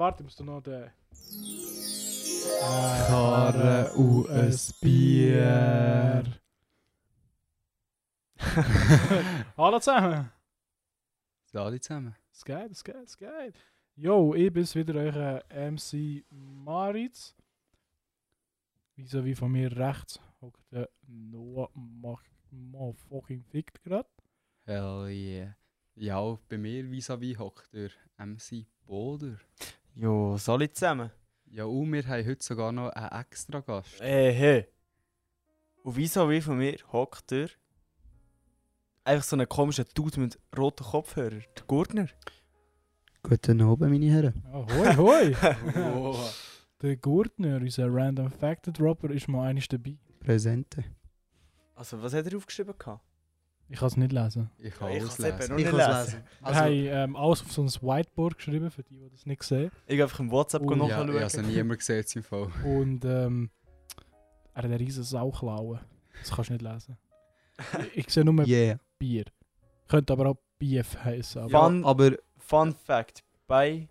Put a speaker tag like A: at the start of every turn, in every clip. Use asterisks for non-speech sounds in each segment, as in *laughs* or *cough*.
A: Warte, musst du noch den.
B: Karre und ein *laughs* Bier.
A: Hallo zusammen.
B: So, alle zusammen.
A: Es geht, es geht, es geht. Yo, ich bin's wieder, euer MC Maritz. Wieso wie von mir rechts hockt der Noah Mach Ma fucking fickt gerade.
B: Hell yeah. Ja, auch bei mir vis-à-vis hockt der MC Boder.
C: Jo, soll ich zusammen?
B: Ja, und wir haben heute sogar noch einen extra Gast.
C: Äh, hä? Und wieso wie von mir hockt er? Einfach so einen komischen Dude mit roten Kopfhörer. Der *laughs* Gurtner.
D: Guten Abend, meine Herren.
A: Ah, hoi, hoi.
B: *laughs* Oh.
A: der Gurtner, unser Random Fact Dropper, ist mal eines dabei.
D: Präsente.
C: Also, was hat er aufgeschrieben? gehabt?
A: Ich kann es nicht lesen.
B: Ich kann
C: Ich
B: alles
C: kann's eben
B: lesen.
C: noch nicht lesen.
D: Also
A: Wir haben ähm, alles auf so ein Whiteboard geschrieben, für die, die das nicht sehen.
C: Ich gehe einfach im WhatsApp
A: Oh,
C: oh,
B: ja,
C: nachschauen.
B: ich habe
C: *laughs*
B: es niemand gesehen jetzt im Fall.
A: Und ähm, er hat eine riesen Sauklaue. Das kannst du nicht lesen. Ich, ich sehe nur
D: Yeah.
A: Bier. Könnte aber auch BF heißen, aber
C: Ja. Fun-
D: aber
C: Fun Fact: Bei.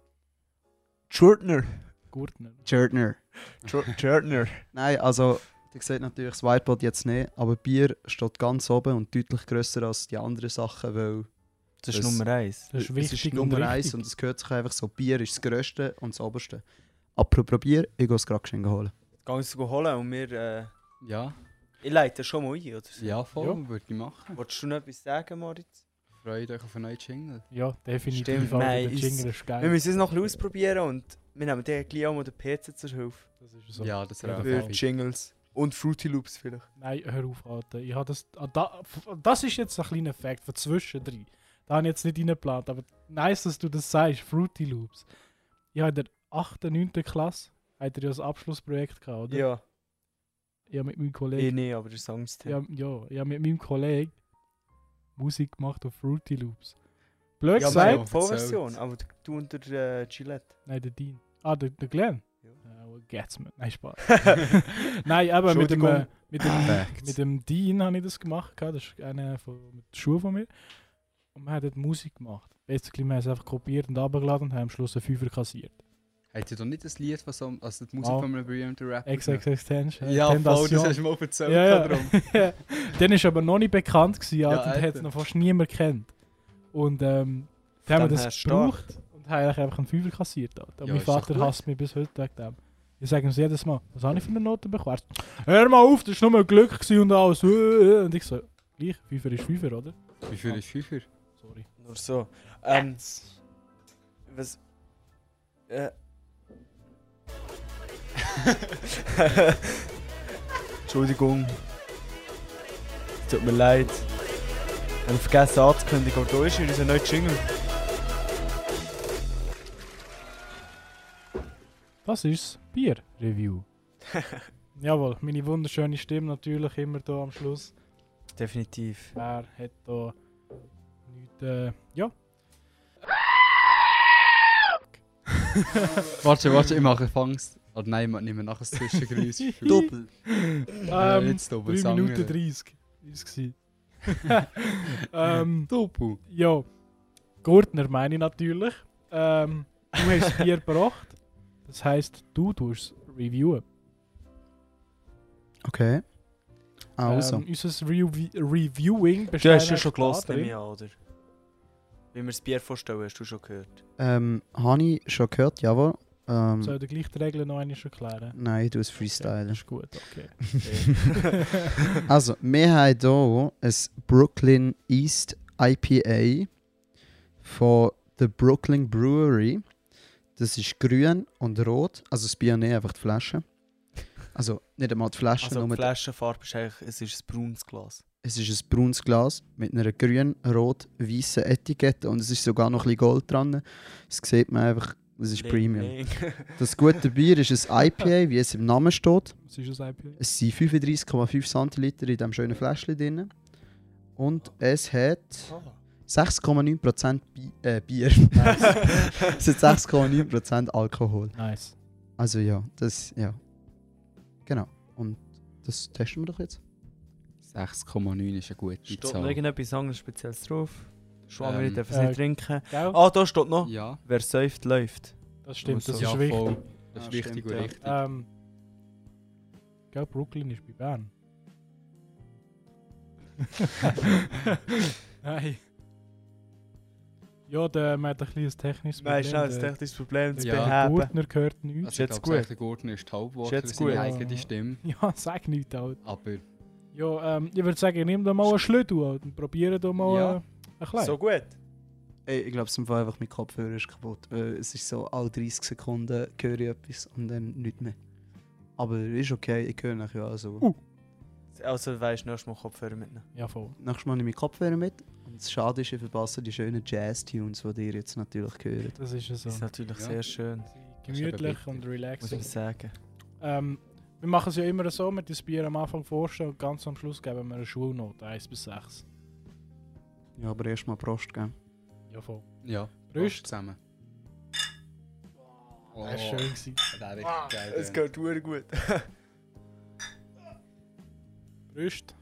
C: Gurtner.
A: Gurtner.
D: Jörtner.
C: Gurtner.
D: Nein, also, ihr seht natürlich das Whiteboard jetzt nicht, aber Bier steht ganz oben und deutlich grösser als die anderen Sachen, weil
C: Das
D: Das-
C: ist Nummer 1.
A: Das ist wichtig
D: es ist
A: und
D: Nummer eins
A: richtig.
D: und es gehört sich einfach so, Bier ist das Grösste und das Oberste. Apropos Bier, ich gehe es gerade geschenkt holen.
C: Gehen uns holen und wir. Äh,
B: Ja,
C: ich leite schon mal ein, oder?
B: ja voll,
A: Ja.
B: würde ich machen.
C: Wolltest du noch etwas sagen, Moritz?
B: Freut euch auf einen neuen Jingle.
A: Ja, definitiv.
C: Stimmt,
A: Alter,
C: nein,
A: der
C: ist-
A: Jingle ist
C: Wir
A: geil.
C: müssen es noch ein bisschen ausprobieren und wir nehmen dir gleich auch mal den PC zur Hilfe.
A: Das ist so.
B: Ja, das
A: Ja,
B: wäre
A: voll.
C: Für
B: auch fit.
C: Jingles. Und Fruity Loops vielleicht.
A: Nein, hör auf, Alter. Ich hab das, ah, da, f- das ist jetzt ein kleiner Fact von zwischendrin. Da habe ich jetzt nicht reingeplant, aber nice, dass du das sagst. Fruity Loops. Ich habe in der 8. 9. Klasse hat er ja das Abschlussprojekt gehabt, oder?
C: Ja.
A: Ich hab mit meinem Kollegen
C: Ich nicht, aber das ist Angst.
A: Ja, ja, ich habe mit meinem Kollegen Musik gemacht auf Fruity Loops. Blöd
C: Ja,
A: gesagt.
B: aber-
C: meine Vollversion, aber du- du unter äh, Gillette.
A: Nein, der Dean. Ah, der, der Glenn.
C: Ja.
A: Ja. well, geht's mir. Nein, Spaß.
B: *laughs*
A: *laughs* Nein, aber mit dem, äh, mit dem, mit dem Dean habe ich das gemacht. gehabt. Das ist einer von mit der Schule von mir. Und wir haben dort Musik gemacht. Basically, wir haben es einfach kopiert und abgeladen und haben am Schluss einen Fünfer kassiert.
B: Habt ihr doch nicht das Lied, was am- also die Musik
A: Oh.
B: von einem berühmten Rapper
A: XXX Tension.
B: Ja, dus voll, das hast du mal erzählt.
A: Ja, ja.
B: darum.
A: Den war aber noch nicht bekannt, gewesen,
B: Ja,
A: Alter, und hat
B: Alter.
A: es noch fast niemand kennt. Und ähm, dann haben wir
C: Dann
A: das
C: hast du stark.
A: gebraucht und haben eigentlich einfach einen Fünfer kassiert. Alter. Und
B: Ja,
A: mein
B: ist doch
A: Vater
B: gut.
A: hasst mich bis heute wegen dem. Ich sage ihm jedes Mal, was habe ich für eine Note bekommen? Er, Hör mal auf, das war nur Glück gewesen und alles. äh, äh." Und ich so, gleich, Fünfer ist Fünfer, oder?
B: Wie viel ist Fünfer?
A: Sorry.
C: Nur so. Ähm, was. Äh. *laughs* Entschuldigung. Es Tut mir leid. Ich habe vergessen anzukündigen, aber da ist er, unser neuer Jingle.
A: Das ist
B: *laughs*
A: Bier-Review. Jawohl, meine wunderschöne Stimme natürlich immer da am Schluss.
C: Definitiv.
A: Wer hat da nichts, äh, ja.
B: Warte, warte, ich mache Fangst. Oder nein, ich nehme nachher das Zwischengrüß.
D: Doppel.
B: Ja,
A: Ähm,
B: Äh, jetzt oben
A: 3
B: sangen.
A: Minuten 30 ist gsi.
B: *laughs*
A: ähm,
B: Doppel.
A: ja, Gurtner meine ich natürlich. Ähm,
C: *laughs*
A: du hast das Bier gebracht. Das heisst, du tust es reviewen.
D: Okay. Also,
A: Ähm, unser Revi Reviewing besteht
C: Ah, Du hast ja
A: eigentlich
C: schon gelost,
A: darin-
C: nehme ich an, oder? Wie wir das Bier vorstellen, hast du schon gehört.
D: ähm, habe ich schon gehört, jawohl.
A: Soll
D: Ähm,
A: ich dir gleich die Regeln noch einmal erklären?
D: nein, ich tue es Freestyle.
A: Das ist gut,
C: *laughs*
A: okay.
D: *laughs* Also, wir haben hier ein Brooklyn East IPA von der Brooklyn Brewery. Das ist grün und rot. Also das Bier nicht einfach die Flasche. Also nicht einmal die Flasche,
C: Also, die
D: nur die-
C: Flaschenfarbe ist eigentlich, es ist ein braunes Glas.
D: es ist ein braunes Glas mit einer grün rot weißen Etikette und es ist sogar noch ein bisschen Gold dran. Das sieht man einfach, es ist
C: Bling,
D: Premium.
C: bling. *laughs*
D: Das gute Bier ist ein IPA, wie es im Namen steht.
A: Was ist das IPA?
D: Es sind 35,5 cm in diesem schönen Fläschchen drin. Und es hat
C: Oh,
D: 6,9% Bi äh,
C: *laughs*
D: Bier. *laughs* es hat 6,9% Alkohol.
A: Nice.
D: Also ja, das, ja. Genau. Und das testen wir doch jetzt.
B: 6,9 ist eine gute
C: Steht noch
B: Zahl.
C: irgendetwas anderes Spezielles drauf? Schwanger
B: Ähm,
C: darf es
A: äh,
C: nicht trinken.
A: Gell?
C: Ah, da Ah, steht noch.
B: Ja,
C: Wer säuft, läuft.
A: Das stimmt,
B: Also,
A: das
B: ja,
A: ist
B: voll.
A: wichtig.
B: Das
C: Ja,
B: ist wichtig
C: stimmt,
B: und
C: ja.
B: richtig. Also
A: Ähm, ich glaube, Brooklyn ist bei
C: *laughs*
A: Bern. Nein. Ja, der man hat ein kleines technisches
C: Nein,
A: Problem.
C: schnell, das
A: der
C: technische Problem zu
B: Ja,
C: beheben.
A: Gurtner gehört nichts.
B: Also, ich
C: jetzt
B: glaube, das echte Gurten ist die Hauptwort für
C: Ist jetzt
B: seine
C: gut.
B: eigene Stimme.
A: Ja, sag nichts, Alter.
B: Aber
A: Ja, ähm, ich würde sagen, nimm da mal einen Schlüssel Alter, und probiere da mal
B: Ja.
A: äh, ein kleines.
C: So gut.
D: Ey, ich glaube, Fall einfach mein Kopfhörer ist kaputt. Weil es ist so, alle 30 Sekunden höre ich etwas und dann nichts mehr. Aber ist okay, ich höre nachher ja also.
A: Uh.
C: Also, weißt du, nächstes Mal Kopfhörer mitnehmen.
A: Ja, voll.
D: Nächstes Mal nehme ich Kopfhörer mit. Und das Schade ist, ich verpasse die schönen Jazz-Tunes, die ihr jetzt natürlich hört.
A: Das ist ja so.
C: Das ist natürlich
B: Ja.
C: sehr schön,
B: Das ist eben
A: Gemütlich
B: wichtig.
A: und
C: muss
A: relaxing.
C: ich sagen.
A: Ähm, wir machen es ja immer so, mit das Bier am Anfang vorstellen und ganz am Schluss geben wir eine Schulnote, 1 bis 6.
D: Ja, aber erstmal Prost, gell?
A: Ja, voll.
B: ja,
A: Prost.
B: zusammen. Oh,
A: Das war schön. Gewesen.
B: der richtig geil.
C: Es
B: ja.
C: geht sehr gut.
A: Prost.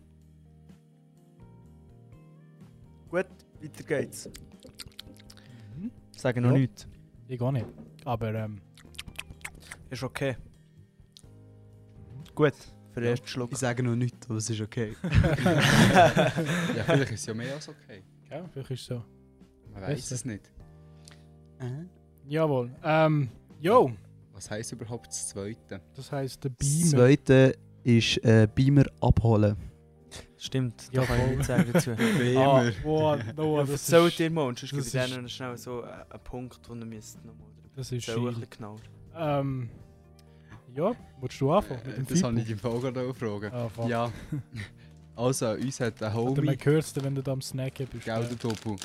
C: gut, weiter geht's.
A: Mhm.
C: Sagen
A: noch Ja.
C: nichts.
A: Ich gar nicht. Aber
B: *laughs*
A: ähm,
C: Ist okay. Gut, für den
B: Ja.
C: ersten Schluck.
D: Ich sage noch nichts, aber es ist okay.
B: ja, vielleicht ist es ja mehr als okay.
A: ja, vielleicht ist es so.
B: Man weiß
A: Besser.
B: es nicht.
D: Äh?
A: Jawohl. Ähm, jo,
B: Was heisst überhaupt das Zweite?
A: das heisst der
D: Das
A: Beamer.
D: zweite ist äh, Beamer abholen.
C: Stimmt,
A: Ja,
C: da kann ich
A: voll.
C: nichts sagen dazu.
A: Ah,
B: Beamer.
A: wow, no, *laughs*
C: Ja,
A: das
C: Erzähl
A: ist,
C: dir mal, und sonst
A: das
C: gebe ich dir
A: ist-
C: noch schnell so äh, einen Punkt, den ihr müsst nochmal
A: das ist
C: erzählen, ein
A: schön.
C: bisschen genauer.
A: Ähm, ja, willst du anfangen mit
B: Äh,
A: dem
B: das habe ich
A: Feedback?
B: im Fall gerade auch fragen.
A: Ah, fuck.
B: Ja. *laughs* Also, uns hat ein
A: Oder
B: Homie,
A: man hört es, wenn du da am Snacken bist.
B: gell, der Topo.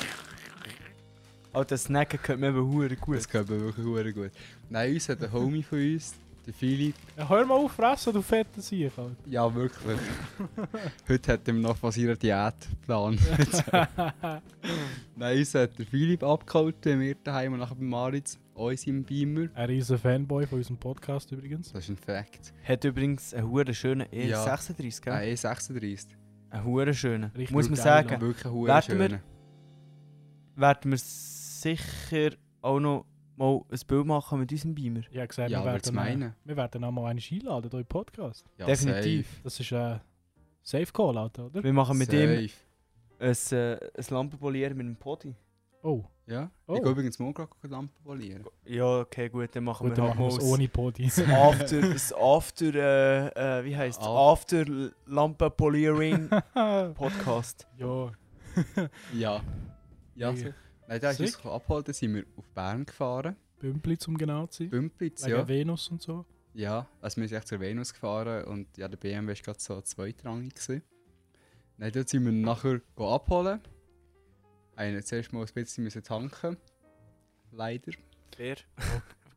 C: Oh, das Snacken könnte mir eben verdammt
B: Das
C: gut.
B: gehört mir wirklich verdammt gut. Nein, uns hat ein Homie von uns, der Philipp,
A: Ja, hör mal auf, fressen, du fetter Sieg. Alter.
B: ja wirklich. Heute hat er noch von seiner Diät geplant. Nein, uns hat der Philipp abgeholt, wenn wir daheim und nachher bei Maritz, auch in seinem Beamer.
A: Ein riesen Fanboy von unserem Podcast übrigens.
B: Das ist ein Fact.
C: Hat übrigens einen verdammt schönen
B: Ja.
C: E36, gell?
B: Ein E E36.
C: Einen verdammt schönen.
A: Richtig
C: Muss man
A: geil,
C: sagen.
A: Ja.
B: Wirklich ein
C: Werden
B: hoher
C: wir-
B: schöner.
C: werden wir sicher auch noch mal ein Bild machen mit unserem Beamer.
A: Ich habe gesagt,
B: Ja,
A: wir,
B: aber zu
A: werden, äh,
B: meinen.
A: wir werden auch mal einen einladen, hier im Podcast.
B: Ja,
C: Definitiv.
A: Das ist äh, Safe Call, Alter, oder?
C: Wir machen
B: Safe.
C: mit ihm
B: Safe.
C: ein, äh, ein Lampenpolieren mit einem Podi.
A: Oh,
B: Ja,
A: Oh.
B: ich gehe übrigens morgen gerade die Lampe polieren.
C: Ja, okay, gut, dann machen
A: gut,
C: wir
A: dann
C: halt
A: machen wir
C: mal
A: es ohne Body. *laughs*
C: ein After, das After, äh, äh, wie heißt es?
B: Ah.
C: After
A: *laughs*
C: Lampenpoliering Podcast.
A: ja,
B: Ja. Ja,
A: Ja.
B: so. Nein, der ist
A: Sick.
B: uns abgeholt, dann sind wir auf Bern gefahren.
A: Bümpli zum genau zu sein.
B: Bümplitz,
A: Wegen
B: ja.
A: Venus und so.
B: Ja, also wir sind echt zur Venus gefahren und ja, der BMW war gerade so zweitrangig. Gewesen. Dann dort sind wir nachher go abholen. Einen zuerst mal ein bisschen müssen tanken. Leider.
C: Fair.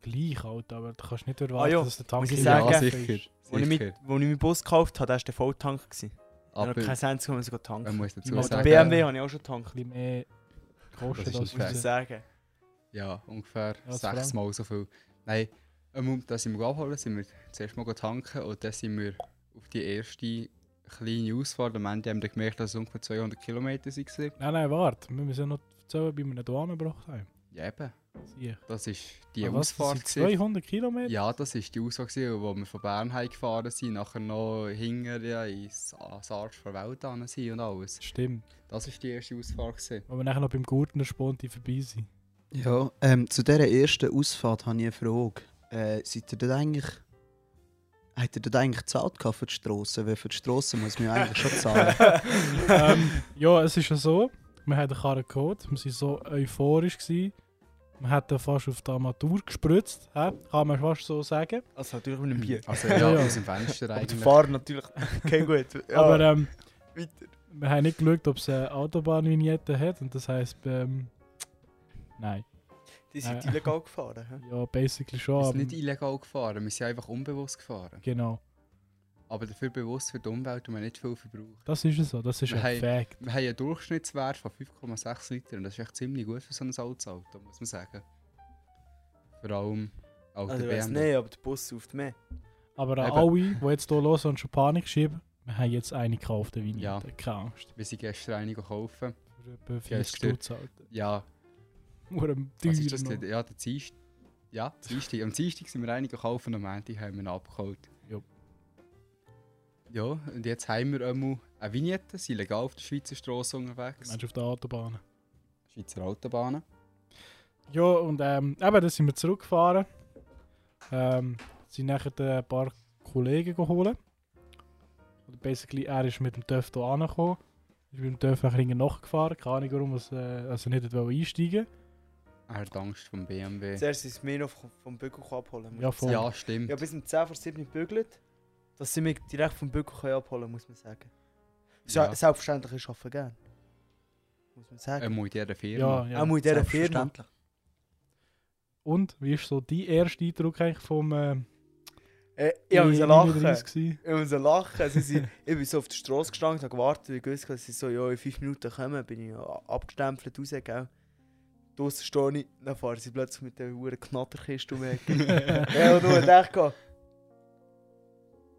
A: Gleich, Alter, aber du kannst nicht erwarten,
C: ja,
A: dass der Tank
C: muss ich
A: leer
C: sagen.
B: Ah, ja,
A: ist.
B: sicher.
C: Als ich, mit,
B: sicher.
C: wo ich meinen Bus gekauft habe, der war der Volltank. gewesen. Ich
B: Aber
C: habe keinen Cent, um zu
B: man
C: tanken.
B: Ähm, muss dazu
A: Mal
C: Und
A: der
C: den
B: sagen, ähm,
C: BMW habe ich auch schon
A: Ein
C: tankt.
A: bisschen mehr
B: Das
A: kostet als
B: ist ein
C: Muss ich
A: unser.
C: sagen.
B: ja, ungefähr
A: Ja, zwei Franken.
B: sechsmal so viel. Nein, ähm, da sind wir abholen, sind wir zuerst mal go tanken und dann sind wir auf die erste kleine Ausfahrt. Am Ende haben wir gemerkt, dass es ungefähr 200 Kilometer waren.
A: Nein, nein, warte. Wir müssen ja noch erzählen, wie wir ihn hier angebracht haben.
B: Ja, eben.
A: Sieh.
B: Das ist die
C: Ah,
A: Aber was, das
B: Ausfahrt.
A: sind
B: gewesen.
A: 200 Kilometer?
B: Ja, das war die Aussage, gewesen, wo wir von Bern heim gefahren sind, nachher noch hinter ja, ins Arsch von Welt hin sind und alles.
A: Stimmt.
B: Das war die erste Ausfahrt. Gewesen.
A: Wenn wir nachher noch beim Gurtner spontan vorbei sind.
D: Ja, ähm, zu dieser ersten Ausfahrt habe ich eine Frage. Äh, seid ihr dort eigentlich. Habt ihr dort eigentlich gezahlt gehabt für die Strasse? Weil für die Strasse muss man ja eigentlich
C: *laughs*
D: schon zahlen.
A: ähm, *laughs* ja, es ist ja so, wir haben den Karren geholt, wir waren so euphorisch. Gewesen. Wir hatten fast auf die Armatur gespritzt, hä? kann man fast so sagen.
C: Also natürlich mit einem Bier.
B: Also
A: Ja,
B: ja,
A: ja.
B: aus dem Fenster
C: Aber die
B: eigentlich.
C: Fahrt natürlich. *laughs* Okay, gut.
A: *laughs*
C: Ja,
A: Aber ähm,
C: weiter.
A: wir haben nicht geschaut, ob es eine Autobahnvignette hat und das heisst, ähm, nein.
C: Die sind
A: Äh.
C: illegal gefahren. hä?
A: Ja, basically schon.
B: Wir
A: Aber,
B: sind nicht illegal gefahren, wir sind einfach unbewusst gefahren.
A: genau,
B: Aber dafür bewusst für die Umwelt und wir haben nicht viel verbraucht.
A: das ist es so, das ist
B: Wir
A: ein
B: haben-
A: Fact.
B: Wir haben einen Durchschnittswert von 5,6 Liter und das ist echt ziemlich gut für so ein altes Auto, muss man sagen. Vor allem alte
C: Also, ich weiß
B: BMW.
C: nicht, aber der Bus ruft mehr.
A: Aber an
B: Eben.
A: alle, die jetzt hier los und schon Panik schieben, wir haben jetzt eine gekauft, eine
B: Ja.
A: Vignette. Keine Angst.
B: Wir sind gestern eine kaufen.
A: Für etwa
B: Ja,
A: 40
B: ist gut.
A: Stutz, Alter.
B: Ja,
A: Nur am
B: was ist das?
A: teuren noch.
B: gewesen? Ja, der Dienst, Ja, Dienstag. Am Dienstag sind wir einig gekauft und am Montag haben wir ihn abgeholt.
A: Jupp.
B: Ja, und jetzt haben wir einmal eine Vignette, sind legal auf der Schweizer Straße unterwegs.
A: Mensch auf der Autobahn.
B: Schweizer Autobahnen.
A: Ja, und ähm, eben, dann sind wir zurückgefahren. Ähm, sind nachher dann ein paar Kollegen geholt. Oder basically, er ist mit dem TÜV hier angekommen. Ich bin mit dem TÜV nachher irgendwie nachgefahren. Keine Ahnung, warum er äh, also nicht wollte einsteigen
B: Er hat Angst vom BMW.
C: Zuerst ist mir noch vom- vom Bügel abholen.
A: Ja, voll.
B: Ja, stimmt.
C: Ich habe bis um 10 vor 7 Uhr gebügelt, dass sie mich direkt vom Bügel können abholen muss man sagen. Se-
B: Ja. Ähm,
C: Selbstverständlich, ich arbeite gerne. Muss man sagen.
B: Er muss in dieser
A: Ja,
B: Firma.
A: ja.
C: Auch in dieser Firma.
E: Selbstverständlich.
A: Und wie ist so dein erster Eindruck eigentlich vom äh,
C: Äh, ich musste lachen.
A: 39 gewesen?
C: Ich musste lachen. Sie sind, *laughs* ich bin so auf der Straße gestanden, habe gewartet, weil ich gewusst habe, dass sie so ja, in 5 Minuten kommen. Bin ich ja abgestempelt raus, gell. Draussen stehe ich, dann fahren sie plötzlich mit der verdammten Knatterkiste um.
B: *laughs*
C: Ich habe nur gedacht,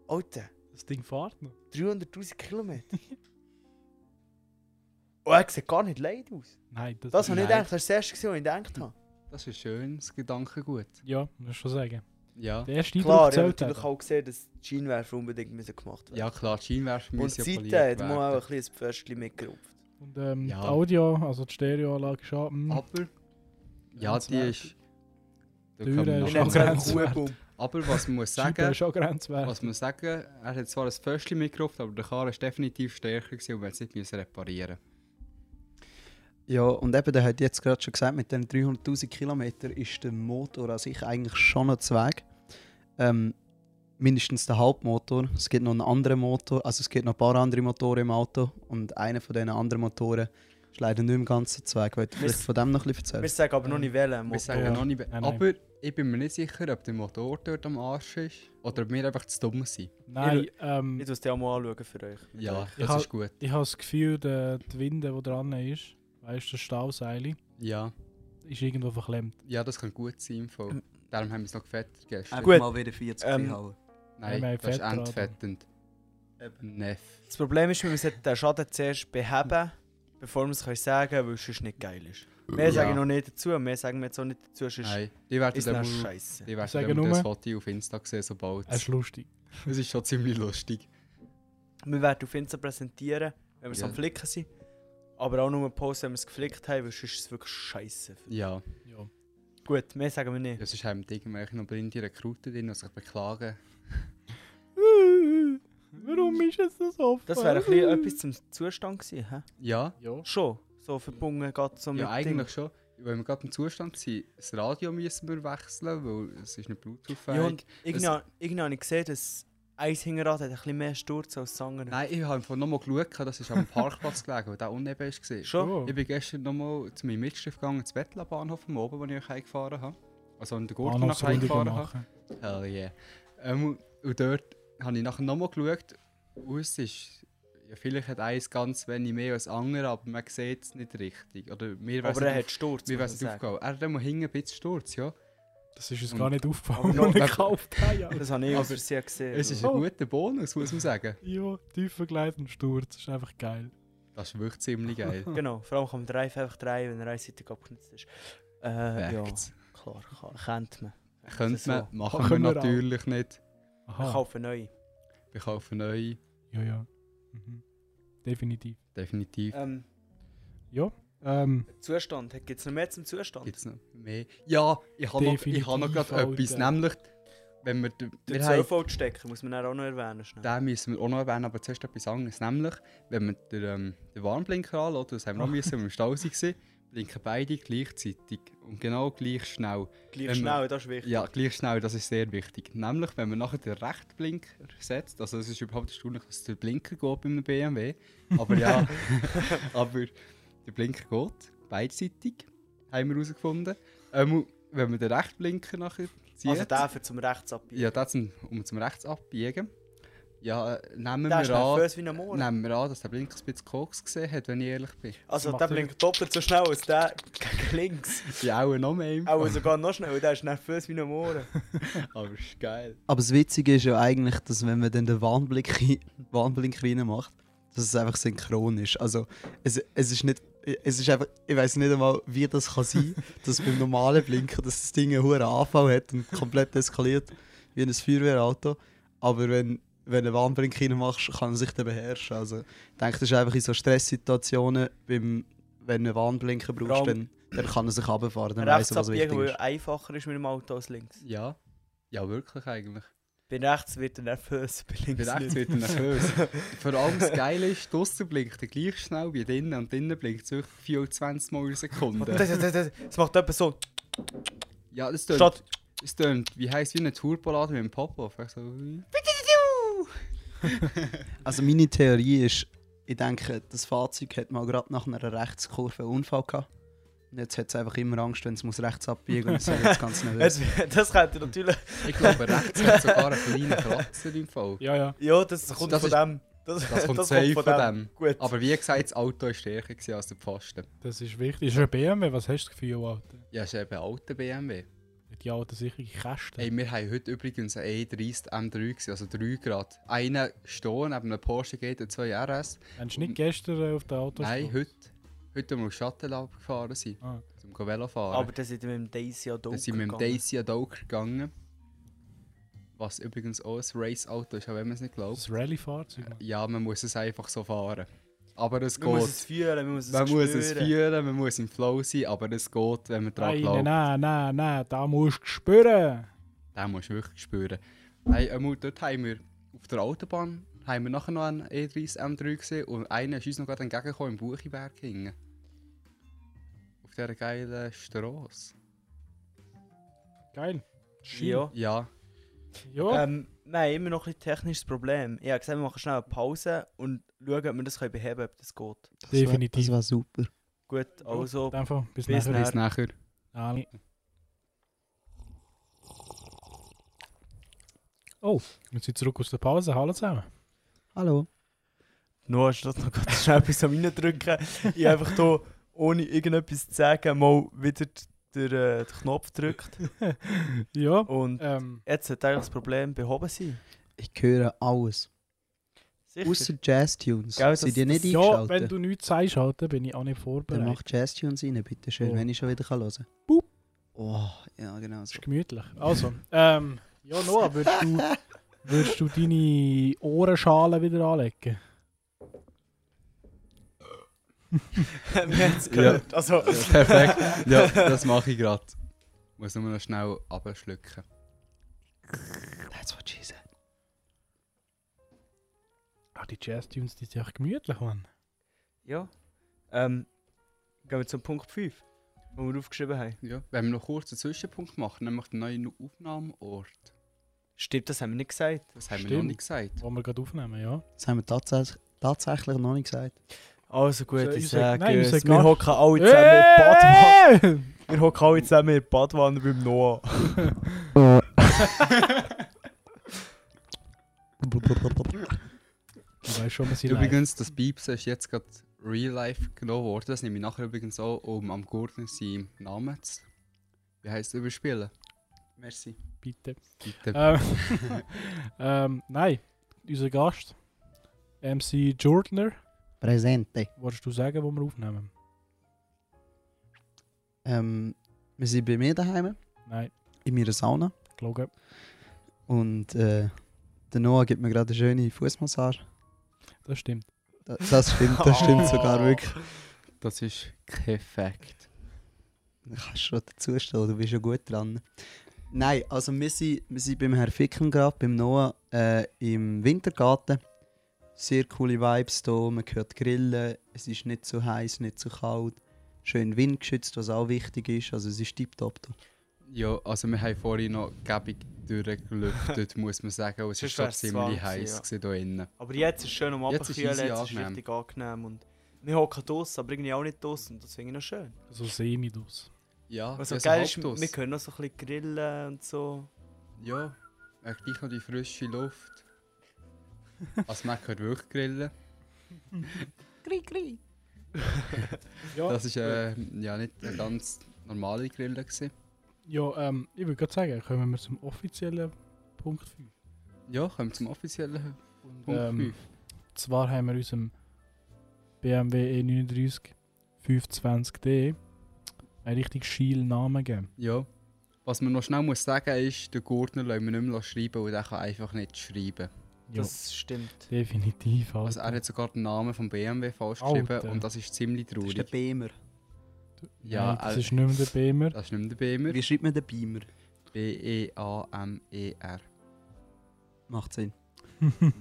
C: Alter.
A: Das Ding fährt noch.
C: 300.000 Kilometer. *laughs* Und er sieht gar nicht leid aus.
A: Nein, das,
C: Das habe ich
B: Nein.
C: gedacht, das ist das erste, gewesen, was ich gedacht habe.
B: Das ist ein schönes Gedankengut.
A: Ja, muss ich schon sagen.
B: Ja.
A: Der erste
C: Klar,
A: Eindruck
C: ich
A: zählt
C: habe natürlich
A: eben.
C: auch gesehen, dass die Scheinwerfer unbedingt müssen gemacht werden
B: Ja klar, die Scheinwerfer
C: Und
B: müssen
C: die
B: ja poliert
C: Seite hat man auch
B: werden.
C: ein bisschen ein Pföstchen mitgerupft.
A: Und ähm,
B: Ja.
A: die Audio, also die Stereoanlage ist schon... hm, mh,
B: Aber... Ja, die ist... Da
A: Teuer
B: kommen wir
A: ist
B: noch
A: schon
B: mal
C: Ich nenne
B: drauf.
C: es
A: grenzwertig.
C: einfach Huebum.
B: Aber was man muss
A: die Scheibe
B: sagen...
A: ist schon grenzwertig.
B: Was man sagen, er hat zwar ein Föstchen mitgerufen, aber der Karre war definitiv stärker gewesen und wir mussten es nicht reparieren.
D: Ja, und eben, der hat jetzt gerade schon gesagt, mit den 300.000 Kilometern ist der Motor an sich eigentlich schon ein Zweig. Ähm, mindestens der Hauptmotor. Es gibt noch einen anderen Motor, also es gibt noch ein paar andere Motoren im Auto und einer von diesen anderen Motoren ist leider nicht im ganzen Zweig. Wollt ihr
C: Wir-
D: vielleicht von dem noch ein bisschen
C: Wir
D: erzählen?
C: sagen aber noch nicht wählen.
B: Wir sagen
A: Ja.
B: noch nicht, be-
A: Nein, nein.
B: aber ich bin mir nicht sicher, ob der Motor dort am Arsch ist oder ob wir einfach zu dumm sind.
A: Nein,
C: Ich-
A: ähm,
C: Ich muss dir auch mal anschauen für euch.
B: Ja,
A: Ich
B: das
A: hab-
B: ist gut.
A: ich habe das Gefühl, der, die Winde, die dran ist, weißt du, das Stauseil,
B: Ja,
A: ist irgendwo verklemmt.
B: ja das kann gut sein. im Fall. Darum haben wir es noch gefettet
E: Einfach
B: gestern.
C: Ah, Gut.
E: mal wieder 40
C: Ähm,
E: hauen.
B: Nein,
A: wir haben
B: das
A: Fett
B: ist
A: dran.
B: entfettend. Neff.
C: Das Problem ist, wir müssen den Schaden zuerst beheben, bevor wir es können sagen können, weil es sonst nicht geil ist. Mehr
B: Ja.
C: sage ich noch nicht dazu, mehr sagen wir jetzt auch nicht dazu, sonst
B: Nein, die werden
C: ist es
B: dann
C: dann
B: mal-
C: scheiße.
B: die
A: Ich sage
B: werden dann mal das
A: nur-
B: Foto auf Insta sehen, sobald
A: Es ist
B: es...
A: lustig.
B: Es ist schon ziemlich lustig.
C: Wir werden auf Insta präsentieren, wenn wir es
B: Ja.
C: am Flicken sind. Aber auch nur posten, wenn wir es geflickt haben, weil sonst ist es wirklich scheiße.
B: Ja,
A: Ja.
C: Gut, mehr sagen wir nicht.
B: das ist halt irgendwelche noch blinde Rekruten drin, die sich beklagen.
A: *laughs* Warum ist es das offen?
C: Das wäre ein bisschen etwas zum Zustand gewesen, hä?
B: Ja,
A: Ja.
C: Schon. So verbunden geht so mit
B: Ja,
C: Ding.
B: eigentlich schon. Wenn wir gerade im Zustand sind, das Radio müssen wir wechseln, weil es ist nicht Bluetooth-fähig.
C: Ja, und irgendwie, habe- irgendwie habe ich gesehen, dass ein Hinterrad hat ein bisschen mehr Sturz als das andere.
B: Nein, ich habe einfach nochmal geschaut, das ist am Parkplatz *laughs* gelegen, weil der uneben war.
C: Schon?
A: Oh.
B: Ich bin gestern nochmal zu meinem Mitschrift gegangen, zum Bettlerbahnhof am Oben, wo ich euch heimgefahren habe. Also in der Gurte nach
A: Bahnhofsrundung
B: heimgefahren habe.
A: machen.
B: Hell yeah. Ähm, und dort habe ich nachher nochmal geschaut, und es ist... Ja, vielleicht hat eins ganz wenig mehr als das andere, aber man sieht es nicht richtig. Oder mir
C: Aber er hat Sturz.
B: mir wäre
C: muss man
B: es nicht
C: sagen.
B: aufgehauen. Er hat einmal hinten ein bisschen Sturz, ja.
A: Das ist uns
B: Und-
A: gar nicht aufgefallen, *laughs*
C: Aber
A: als
C: noch-
A: wir gekauft haben. ja.
C: Das habe ich
B: Aber
C: aus Versehen gesehen.
B: Es ist
A: Oh.
B: ein guter Bonus, muss man sagen.
A: Ja, tiefer Gleit und Sturz, ist einfach geil.
B: Das ist wirklich
A: *laughs*
B: ziemlich geil.
C: Genau, vor allem kann man den Reifen einfach drehen, wenn er einseitig abgenutzt ist. Äh, ja,
B: Facts.
C: klar, kann, kennt man.
B: Könnte
C: so.
B: man, machen wir
A: Machen wir auch.
B: natürlich nicht.
C: Ich
A: Aha.
C: kaufe neu.
B: Wir kaufen neue,
A: Ja, ja. Mhm. Definitiv.
B: definitiv.
C: Ähm,
A: Ähm,
C: Zustand, gibt es noch mehr zum Zustand?
B: Gibt es noch mehr? Ja, ich habe noch, ich habe noch
A: Definitiv,
B: gerade etwas,
A: Alter.
B: nämlich, wenn wir, den-
C: Der
B: wir haben,
C: 12 stecker muss man dann auch noch erwähnen. Schnell.
B: den müssen wir auch noch erwähnen, aber zuerst etwas anderes, nämlich, wenn wir den, ähm, den Warnblinker anlassen,
A: *laughs*
B: das haben wir noch müssen, wenn wir im Stau waren, blinken beide gleichzeitig und genau gleich schnell.
C: Gleich
B: wenn
C: schnell, das ist wichtig.
B: ähm, Ja, gleich schnell, das ist sehr wichtig. Nämlich, wenn man nachher den rechten Blinker setzt, also es ist überhaupt erstaunlich, dass der Blinker geht bei einem BMW, aber
C: *laughs*
B: ja, aber der Blinker geht, beidseitig, haben wir herausgefunden. Ähm, wenn man den rechten Blinker nachher zieht,
C: also der für zum rechts abbiegen.
B: ja, das zum, um zum rechts abbiegen, ja, äh, nehmen
C: der ist
B: wir an,
C: nervös wie ein Mohren.
B: nehmen wir an, dass der Blinker ein bisschen Koks gesehen hat, wenn ich ehrlich bin.
C: Also
A: Macht
C: der
A: er-
C: blinkt doppelt so schnell als der *laughs* gegen links.
B: Die Augen noch mehr, im-
C: Auch sogar noch schneller, der ist nervös wie
B: *laughs*
C: ein Mohren.
B: aber ist geil.
D: Aber das Witzige ist ja eigentlich, dass wenn man dann den *laughs* Warnblick, Warnblick reinmacht, dass es einfach synchron ist. Also es, es ist nicht Es ist einfach, ich weiß nicht einmal, wie das
C: *laughs*
D: kann sein dass beim normalen Blinker dass das Ding einen hohen Anfall hat und komplett eskaliert wie ein Feuerwehrauto. Aber wenn, wenn du einen Warnblink reinmachst, kann er sich dann beherrschen. Also, ich denke, das ist einfach in so Stresssituationen, beim, wenn du einen Warnblinker brauchst,
C: Warum?
D: dann, dann kann er sich runterfahren. Dann weiss
C: Rechts
D: er, was wichtig
C: abbiegen, weil
D: ist.
C: einfacher ist mit dem Auto als links.
B: Ja. Ja, wirklich eigentlich.
C: Bei rechts wird er nervös, bei
B: Ich bin
C: *laughs* links
B: echt
C: nicht.
B: wieder *laughs* nervös. Vor allem das Geile ist, draussen blinkt er gleich schnell wie drinnen und drinnen blinkt es wirklich 24 Mal in der Sekunde.
C: Das, das, das, das, das macht jemand so.
B: Ja, das tönt,
C: Statt
B: das tönt wie heisst wie eine Turbolader mit dem Pop-Off. Echt so- hm.
D: Also meine Theorie ist, ich denke, das Fahrzeug hat mal gerade nach einer Rechtskurve einen Unfall gehabt. Und jetzt hat es einfach immer Angst, wenn es muss rechts abbiegen muss. Und das ist
A: *laughs*
D: jetzt ganz nervös.
C: Jetzt, *laughs* das könnte natürlich.
B: Ich glaube, rechts hat sogar einen kleinen Kratzer im Fall.
A: Ja, ja.
C: Ja, das kommt
B: das
C: von
B: ist-
C: dem. *laughs* Das,
B: Das kommt safe von dem.
C: Gut.
B: Aber wie gesagt, das Auto war stärker gewesen als der Pfosten.
A: Das ist wichtig. Ist ein BMW, was hast du für ein Auto?
B: Ja, das ist eben ein alter BMW.
A: Die alten sichere Kästen.
B: Ey, wir haben heute übrigens E einen E30 M3, gewesen, also 3 Grad. Einer stehen neben einem Porsche GT2 RS.
A: Hast du nicht gestern äh, auf den Autos
B: Nein,
A: geschaut?
B: heute. Heute, als wir auf Shuttle abgefahren sind,
A: Ah.
B: zum Velo fahren.
C: aber das sind wir mit dem Daisy auch
B: Dann sind wir mit dem Daisy an Doker gegangen. Was übrigens auch ein Race-Auto ist, auch wenn man es nicht glaubt.
A: Das Rallye-Fahrzeug. Mann.
B: Ja, man muss es einfach so fahren. Aber es
C: Man muss es
B: geht.
C: fühlen, man muss es
B: Man muss es
C: spüren.
B: fühlen, man muss im Flow sein, aber es geht, wenn man dran
A: Nein,
B: glaubt.
A: nein, nein, nein, nein, da musst du spüren.
B: Den musst du wirklich spüren. Hey, einmal dort haben wir auf der Autobahn haben wir nachher noch einen E E30 M3 gesehen und einer ist uns noch gerade entgegengekommen im Buchiberg hingen. Auf dieser geilen Straße.
A: Geil.
C: Ja.
B: Ja,
A: Ja.
C: Ähm, wir haben immer noch ein bisschen technisches Problem. Ich habe gesagt, wir machen schnell eine Pause und schauen, ob wir das können beheben können, ob das geht.
A: definitiv.
D: Das war super.
C: Gut, also.
A: Einfach, bis,
C: bis
A: nachher. Ah,
B: bis nachher.
A: Ali. Oh, wir sind zurück aus der Pause. Hallo zusammen.
D: Hallo.
C: Noah, statt noch ganz *laughs* schnell etwas am reindrücken. Ich habe einfach hier, ohne irgendetwas zu sagen, mal wieder den, äh, den Knopf gedrückt.
A: Ja,
C: Und
A: ähm,
C: jetzt hat eigentlich das Problem behoben sein.
D: Ich höre alles.
C: Sicher.
D: Außer Jazz-Tunes.
C: Gell,
D: Sind
C: das-
D: die nicht
C: das-
A: ja wenn
D: eingeschaltet?
A: du nichts sagst, Alter, bin ich auch nicht
D: dann
A: vorbereitet.
D: mach Jazz-Tunes rein, bitte schön,
A: Oh.
D: wenn ich schon wieder kann hören kann.
A: Boop.
D: Oh, ja genau so.
A: ist gemütlich. Also, ähm, ja, Noah, würdest du,
D: *laughs*
A: würdest du deine Ohrenschale wieder anlegen?
C: *laughs* Wir haben es gehört. Also,
B: Ja, *laughs* perfekt. Ja, das mache ich gerade. Muss nur noch schnell abschlucken.
D: That's what she said.
A: Ach, Ah, die Jazz-Tunes, die sind echt gemütlich, Mann.
C: ja. Ähm, gehen wir zum Punkt 5, den wir aufgeschrieben haben.
B: Ja, wenn wir noch kurz einen Zwischenpunkt machen, nämlich den neuen Aufnahmeort.
C: Stimmt, das haben wir nicht gesagt.
B: Das haben wir noch
A: Stimmt.
B: nicht gesagt.
A: Wo wir gerade aufnehmen, ja.
D: Das haben wir tatsächlich, tatsächlich noch
A: *laughs*
D: nicht gesagt.
C: Also
A: So,
C: gut, ich
A: ich sag-
C: sage
A: nein, ich
C: es.
A: sag
C: Wir
A: gar- Äh!
C: hocken alle zusammen in der Badwanne.
A: Hey!
C: Wir hocken alle zusammen in der Badwanne beim Noah.
A: Du weißt schon, was ich meine.
B: Übrigens, das Piepsen ist jetzt gerade real life genommen worden. Das nehme ich nachher übrigens auch, um am Gurten seinen Namen zu. Wie heisst es überspielen? Merci.
A: Bitte.
B: Bitte.
A: Ähm, *laughs* ähm, nein, unser Gast, MC Jordner,
D: Präsente.
A: wolltest du sagen, wo wir aufnehmen?
D: Ähm, wir sind bei mir daheim,
A: Nein,
D: in meiner Sauna.
A: gelogen.
D: Und äh, der Noah gibt mir gerade eine schöne Fußmassage.
A: Das stimmt.
D: Da- Das stimmt, das stimmt sogar
C: *laughs* Oh.
D: wirklich.
B: Das ist kein Fact.
D: Du kannst schon dazustehen, du bist ja gut dran. Nein, also wir sind, wir sind beim Herrn Ficken gerade, beim Noah, äh, im Wintergarten. Sehr coole Vibes hier, man hört Grillen, es ist nicht zu heiß, nicht zu kalt. Schön windgeschützt, was auch wichtig ist, also es ist tiptop hier.
B: Ja, also wir haben vorhin noch gäbig durchgelüftet, muss man sagen. aber Es war
C: Sonst
B: schon
C: wär's
B: ziemlich
C: warm
B: heiß
C: gewesen,
B: hier drinnen.
C: Aber jetzt ist es schön um
B: Jetzt ist
C: abzukühlen, jetzt,
B: easy
C: ist es
B: angenehm.
C: richtig angenehm. Und wir hocken draussen, aber irgendwie auch nicht draussen. und Das finde ich noch schön.
A: So semi aus.
B: Ja,
C: Was so
B: ja,
C: Also geil ist,
B: halbdus.
C: wir können noch so ein bisschen grillen und so.
B: Ja, äh, gleich noch die frische Luft. Also man könnte wirklich grillen.
A: Ja,
B: Das war äh, ja nicht eine ganz normale Grille. Gewesen.
A: ja ähm, ich würde gerade sagen, kommen wir zum offiziellen Punkt 5.
B: Ja, kommen wir zum offiziellen
A: Und,
B: Punkt
A: ähm,
B: 5.
A: E Zwar haben wir unserem BMW E39 520D einen richtig schielen Namen geben.
B: Ja. Was man noch schnell muss sagen ist, der Gurtner lassen wir nicht mehr schreiben und er kann einfach nicht schreiben.
A: Ja,
C: Das stimmt.
A: definitiv.
B: Also
A: Alter.
B: er hat sogar den Namen vom BMW falsch
A: Alter.
B: geschrieben und das ist ziemlich
C: Das ist der
B: traurig.
C: Beamer.
B: ja,
A: Nein, das
B: er-
A: ist nicht mehr der Beamer.
B: Das ist nicht mehr der Beamer.
C: Wie schreibt man den Beamer?
B: E
C: *laughs*
B: B-E-A-M-E-R.
C: Macht Sinn.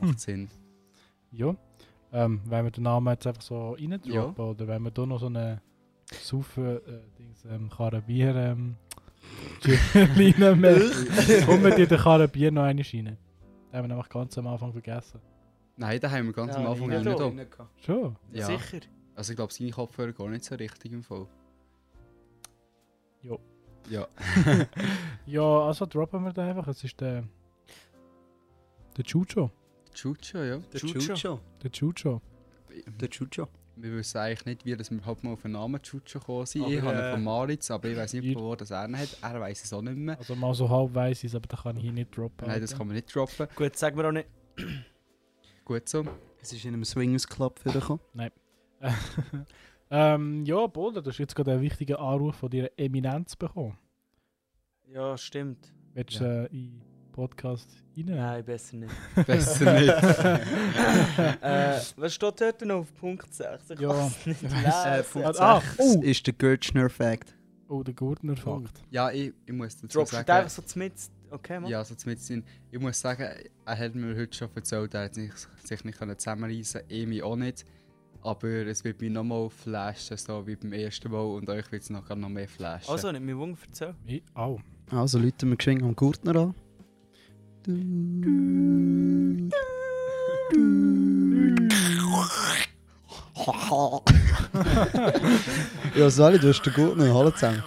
B: Macht Sinn.
A: ja. Ähm, wenn wir den Namen jetzt einfach so reindroppen
B: Ja.
A: oder wenn wir da noch so eine Saufen, äh, Dings, ähm, Karabier,
B: *laughs*
A: ähm, reinmachen, kommen wir dir den Karabier noch eine rein. Den haben wir nämlich ganz am Anfang vergessen.
B: Nein, da haben wir ganz am Anfang
C: Ja,
B: auch nicht
C: da.
B: an.
A: Schon?
B: Ja.
C: Sicher.
B: Also ich glaube, seine Kopfhörer gar nicht so richtig im Fall.
A: Jo.
B: Ja.
A: Ja, also droppen wir den einfach. Es ist der. Der Chucho.
B: Chucho, ja.
C: Der
B: Chu-
C: Chucho.
A: Der Chucho.
C: Der Chucho.
B: Wir wissen eigentlich nicht, wie dass wir überhaupt mal auf den Namen Chucho gekommen sind.
C: Aber,
B: ich habe
C: äh,
B: ihn von Maritz, aber ich weiß nicht,
A: ich-
B: von wo das er ihn hat. Er weiß es auch nicht mehr.
A: Also mal so halb weiss ich es, aber den kann ich hier nicht
C: Ah,
A: droppen.
B: Nein, das
A: Alter.
B: kann man nicht droppen.
C: Gut, sagen wir auch nicht.
B: Gut so.
C: Es ist in einem Swingers Club wiedergekommen.
A: *laughs* ähm, ja, Boulder, du hast jetzt gerade einen wichtigen Anruf von deiner Eminenz bekommen.
C: Ja, stimmt.
A: Willst du äh, in den Podcast reinnehmen? *laughs*
C: Nein, besser nicht.
B: Besser nicht.
C: äh, was steht dort noch auf Punkt 6? Ich
A: Ja,
C: kann's nicht
A: weiss.
C: lesen.
A: Ah, ah,
C: Das
A: oh.
C: ist der Gertschner-Fact.
A: oh, der Gurtner-Fakt.
B: ja, ich, ich muss dazu
C: Droppst du
B: sagen.
C: den einfach so zmitzt? Okay, Mann.
B: Ja, also zumindest in, ich muss sagen, er hat mir heute schon erzählt, er hat sich, sich nicht können zusammenreißen ich mich auch nicht. Aber es wird mich nochmal flashen, so wie beim ersten Mal, und euch wird es noch gar noch mehr flashen.
C: Also, nicht mehr Wung erzählen.
A: Ich auch.
D: Also Leute, wir geschwingen am Gurtner an. Du, du. *laughs* ja, Sally, du hast den Gurtner. Hallo zusammen.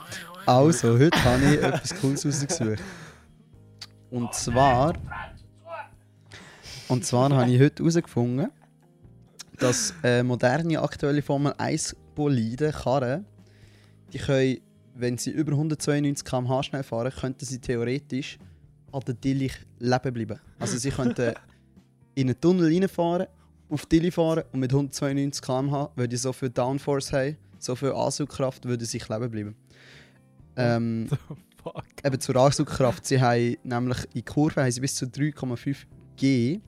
D: Also, heute habe ich etwas Cooles rausgesucht. Und zwar... Und zwar habe ich heute herausgefunden, dass äh, moderne aktuelle Formel 1 Boliden, Karren, die können wenn sie über 192 km/h schnell fahren, könnten sie theoretisch an der Dillich leben bleiben. Also sie könnten in einen Tunnel reinfahren, auf die Dilli fahren und mit 192 km/h, weil die so viel Downforce haben, so viel Ansaugkraft, würden sie leben bleiben. Ähm,
A: Fuck.
D: eben zur Ansaugkraft, sie haben nämlich in Kurven haben sie bis zu 3,5 G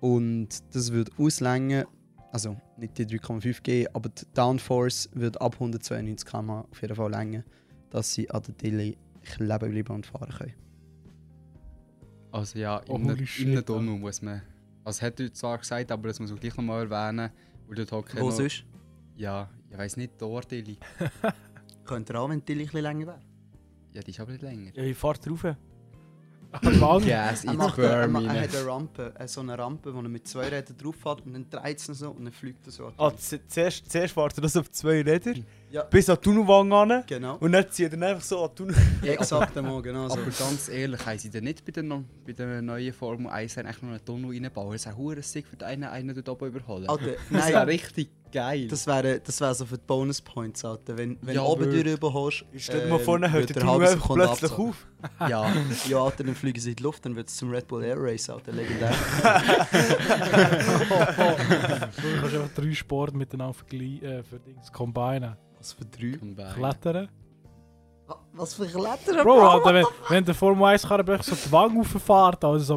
D: und das würde auslängen, also nicht die 3,5 G, aber die Downforce wird ab 192 km auf jeden Fall längen, dass sie an der Dille leben bleiben und fahren können.
B: Also ja,
A: Oh,
B: in
A: holy
B: einem
A: shit,
B: oh,
A: ja.
B: Tunnel muss man. Also hat er zwar gesagt, aber das muss man gleich nochmal erwähnen. Und dort hocken
C: Wo
B: noch-
C: sonst?
B: Ja, ich weiß nicht, die Ordeli.
C: Könnt ihr auch, wenn die Dilly ein bisschen länger wäre?
B: Ja, die ist aber nicht länger.
C: Ja, ich fahre drauf.
A: Ah, Mann,
B: Gas
D: Er,
B: in
D: macht, er, er, ma- er
B: Burmine.
D: hat eine Rampe, äh, so eine Rampe, wo er mit zwei Rädern drauf fährt und dann dreht es ihn so und dann fliegt er so. an die
C: Ah,
D: Wand.
C: z- zuerst, zuerst fährt er das auf zwei Räder,
D: Ja.
C: bis an die Tunnelwand ran.
D: Genau.
C: Und dann zieht er ihn einfach so an die Tunnel.
D: Exakt einmal, genau so.
B: Also, Aber ganz ehrlich, haben sie denn nicht bei der, no- bei der neuen Formel 1 haben eigentlich noch einen Tunnel reinbauen? Das ist ein hoher Sieg für den einen, einen dort oben überholen.
D: Alter,
B: Das wäre
D: Ah, nein,
B: richtig geil.
D: Das wäre das wär so für die Bonus Points, Alter. Wenn, wenn
B: Ja,
D: oben
B: aber-
D: durch überholst,
C: Stell dir mal vor, dann
D: ähm, wird
C: hört der
D: er halbe
C: Tunnel einfach
D: Sekunde
C: plötzlich
D: abzogen.
C: auf. *laughs*
B: ja,
D: Ja, Alter, dann fliegen sie in die Luft, dann wird es zum Red Bull Air Race, Alter,
C: *laughs*
D: legendär.
A: du kannst einfach drei Sport miteinander vergle- äh, für Dings combinen.
D: Was für drei?
B: Combine.
A: Klettern.
D: Wa- Ah, Was für Klettern,
A: Bro, Alter, wenn, wenn der Formel 1 kann, dann so die Wange rauffährt, also so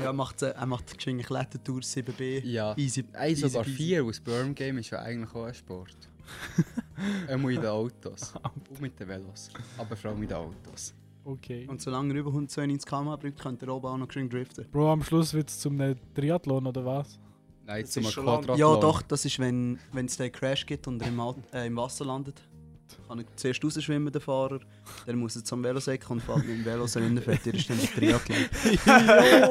D: Ja, er macht, äh, er macht geschwinge Klettertour 7B.
B: Ja.
D: Easy,
B: Ein
D: easy
B: sogar
D: peasy.
B: vier aus Burm Game ist ja eigentlich auch ein Sport.
D: *laughs*
B: Einmal in den Autos. Und mit den Velos. Aber vor allem mit den Autos.
A: Okay.
D: Und solange er über 192 km bringt, könnt ihr oben auch noch geschwing driften.
A: Bro, am Schluss wird es zum einem Triathlon oder was?
B: Nein,
C: Das
B: zum
C: ist schon lang-
B: Quadrathlon.
D: Ja, doch, das ist, wenn es den Crash gibt und er im, Al- äh, im Wasser landet. Kann er zuerst rausschwimmen, der Fahrer, dann muss er zum Velosäck und fährt mit dem Velo so rein, fährt er ist dann der Triathlon.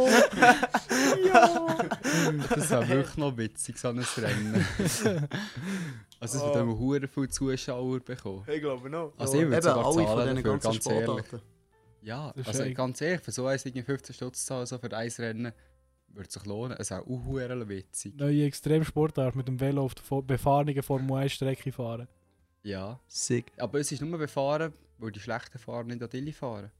B: Das wäre wirklich noch witzig, so ein
D: *laughs*
B: Rennen. also es
D: Ah.
B: wird
C: Oh.
B: immer hure viele Zuschauer bekommen.
C: Ich glaube noch.
B: Also ich würde
D: Eben,
B: sogar
D: alle von
B: zahlen
D: diesen
B: dafür,
D: ganzen
B: ganz ehrlich.
D: Sportarten.
B: Ja,
A: Das ist
B: also
A: ja-
B: ganz ehrlich, für so eins irgendwie 15 Stutz zu zahlen, so für ein Rennen, würde es sich lohnen. Es wäre auch hure witzig.
A: Neue Extremsportart mit dem Velo auf der Fo- befahrenen Formel 1 Strecke fahren.
B: Ja.
D: Sick.
B: Aber es ist nur befahren, weil die schlechten Fahrer nicht an Dilli fahren.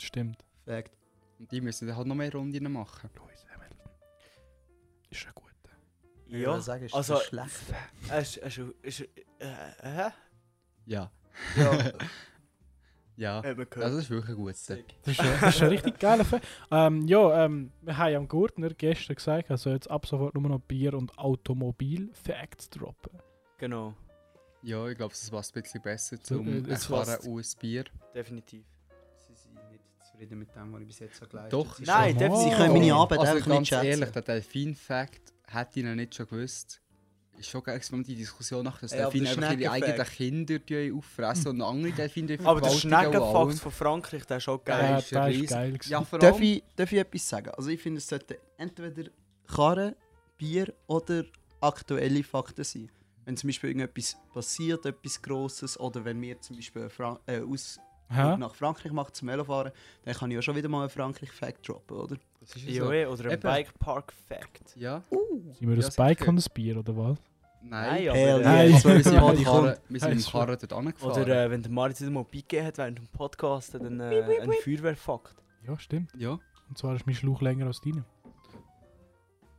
A: Stimmt.
D: Fact.
B: Und die müssen dann halt noch mehr Runden machen.
A: Lewis Hamilton. Ist ein guter.
C: Ich Ja, würde
D: sagen,
C: ist also- das
D: schlecht.
C: *laughs* Es ist. Es ist. äh, Hä?
B: Ja,
C: Ja,
B: *laughs* ja.
D: Äh,
C: hat man gehört.
B: Also das ist wirklich ein gutes Tipp.
A: Das ist, ein- das ist ein richtig geiler Fan. Ähm, ja, ähm, wir haben am Gurtner gestern gesagt, also jetzt ab sofort nur noch Bier- und Automobil-Facts droppen.
C: Genau,
B: Ja, ich glaube, es passt ein bisschen besser
A: So, äh,
B: zum
A: das
B: Erfahren
C: passt.
B: aus Bier.
C: definitiv.
E: Sie sind nicht zufrieden mit dem, was ich bis jetzt so geleistet
B: Doch.
E: Sie
C: Nein,
E: sind-
C: definitiv.
E: Sie können meine Arbeit
B: also
E: einfach
B: ganz
E: nicht schätzen.
B: ehrlich, der Delfin-Fact hätte ich noch nicht schon gewusst. Ist schon geil, wenn man die Diskussion nach, dass
E: Ey, aber
B: Delfine
E: der
B: einfach ihre eigenen
E: Schneckenfact.
B: Kinder die auffressen und andere Delfine die
C: Aber der
B: vergewaltigen und
C: Schneckenfakt
B: allem.
C: von Frankreich, der ist auch
B: Ja,
A: Ja,
C: geil.
B: ist ja
A: Äh, das ist
B: riesig.
A: geil. gewesen.
B: Ja, vor
D: Darf
B: allem.
D: ich, darf ich etwas sagen? Also ich finde, es sollte entweder Karren, Bier oder aktuelle Fakten sein. Wenn zum Beispiel irgendetwas passiert, etwas Grosses, oder wenn wir zum Beispiel Fran äh, Ausflug
A: Hä?
D: nach Frankreich machen zum Velofahren, dann kann ich auch schon wieder mal einen Frankreich-Fact droppen, oder?
B: Das ist ja so.
C: IOE oder ein
B: Eben.
C: Bikepark-Fact.
B: Ja,
A: Sind wir
B: Ja,
A: das
B: sicher.
A: Bike und das Bier oder was?
B: nein.
D: Hell
C: äh,
A: yes.
B: Aber wir *laughs* sind
D: Nein.
B: mit dem Karren- wir sind
A: Nein,
B: mit
A: ist
B: dem Karren dort angefahren.
C: Oder äh, wenn der Maritz wieder mal beigegeben hat während dem Podcast, dann äh, ein Feuerwehrfakt.
A: Ja, stimmt.
B: Ja,
A: Und zwar ist mein Schlauch länger als deiner.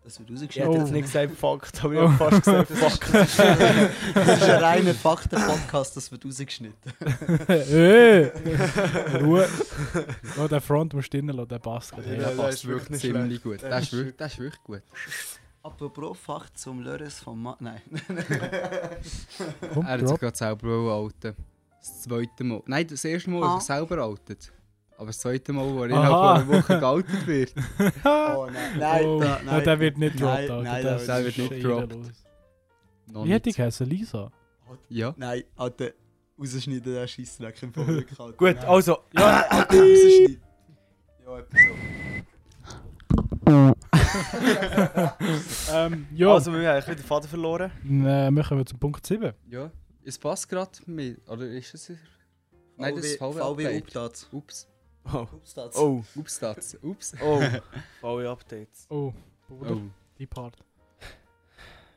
D: Das wird
C: Ich
D: rausgeschnitten.
C: hätte
A: Oh.
C: jetzt nicht gesagt Fakt, aber ich
A: Oh.
C: habe fast gesagt Fakt.
D: Das ist ein *laughs* reiner Fakten-Podcast, das wird rausgeschnitten.
A: Äh, Ruhe. Oh, der Front musst du reinlassen, der passt.
C: Ja,
B: der
C: der ist
B: passt wirklich
C: wirklich nicht
B: ziemlich
C: schlecht.
B: gut.
C: Der
B: Der
C: ist
B: ist wirklich- der ist wirklich gut.
D: Apropos Fakt zum Lörres von Ma Nein. *laughs*
A: Komm,
B: Er hat sich
A: drop.
B: gerade selber outen. Das zweite Mal. Nein, das erste Mal,
D: Ah.
B: dass er selber outet. Aber das zweite Mal, wo er
A: Aha.
B: innerhalb von einer Woche geoutet wird.
D: Oh nein. Nein,
A: oh,
D: da, nein.
A: oh, der wird nicht
D: Nein,
A: droppt, Alter.
D: nein,
A: der,
D: der
A: ist
B: wird- der wird nicht
A: scheidenlos.
B: Noch
A: Wie hätte ich
B: nicht.
A: geheißen? Lisa?
B: Ja.
D: Nein, Alter, rausschneiden den Scheissdreck im Publik. Alter.
C: Gut, also,
D: Ja, Alter, rausschneiden. Ja, etwa so.
A: Ähm, ja,
C: also wir haben ein bisschen den Faden verloren.
A: äh, machen wir zum Punkt 7.
B: Ja, es passt gerade mit. Oder ist es. Nein, das ist VW.
D: VW
B: Update.
D: Update.
B: Ups.
C: Oh,
D: Upstats.
C: oh,
B: Ups, das. Ups.
C: *laughs* oh. Alle Updates.
A: Oh,
B: Oh.
A: Bruder, die Part.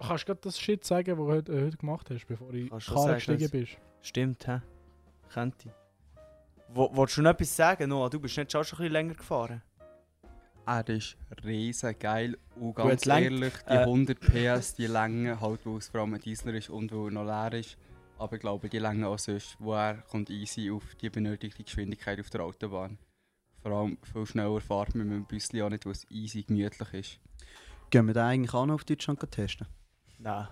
A: Kannst du gerade das Shit sagen, was du heute, äh, heute gemacht hast, bevor du in die
C: Kannst du
A: Karre
C: sagen,
A: gestiegen
C: dass-
A: bist?
C: Stimmt, hä? Kennt ich. Wo- Wolltest du noch etwas sagen, Noah? Du bist nicht schon ein bisschen länger gefahren.
B: Er ist riesen geil und
C: Gut,
B: ganz
C: lenkt.
B: ehrlich, die
C: Äh.
B: 100 PS, die Länge, halt, weil es vor allem ein Diesler ist und weil er noch leer ist. Aber ich glaube, die Länge auch sonst, wo er kommt easy auf die benötigte Geschwindigkeit auf der Autobahn. Vor allem viel schneller fahrt man mit dem Büsschen auch nicht, weil es easy gemütlich ist.
D: Gehen wir den eigentlich auch noch auf Deutschland testen?
C: Nein.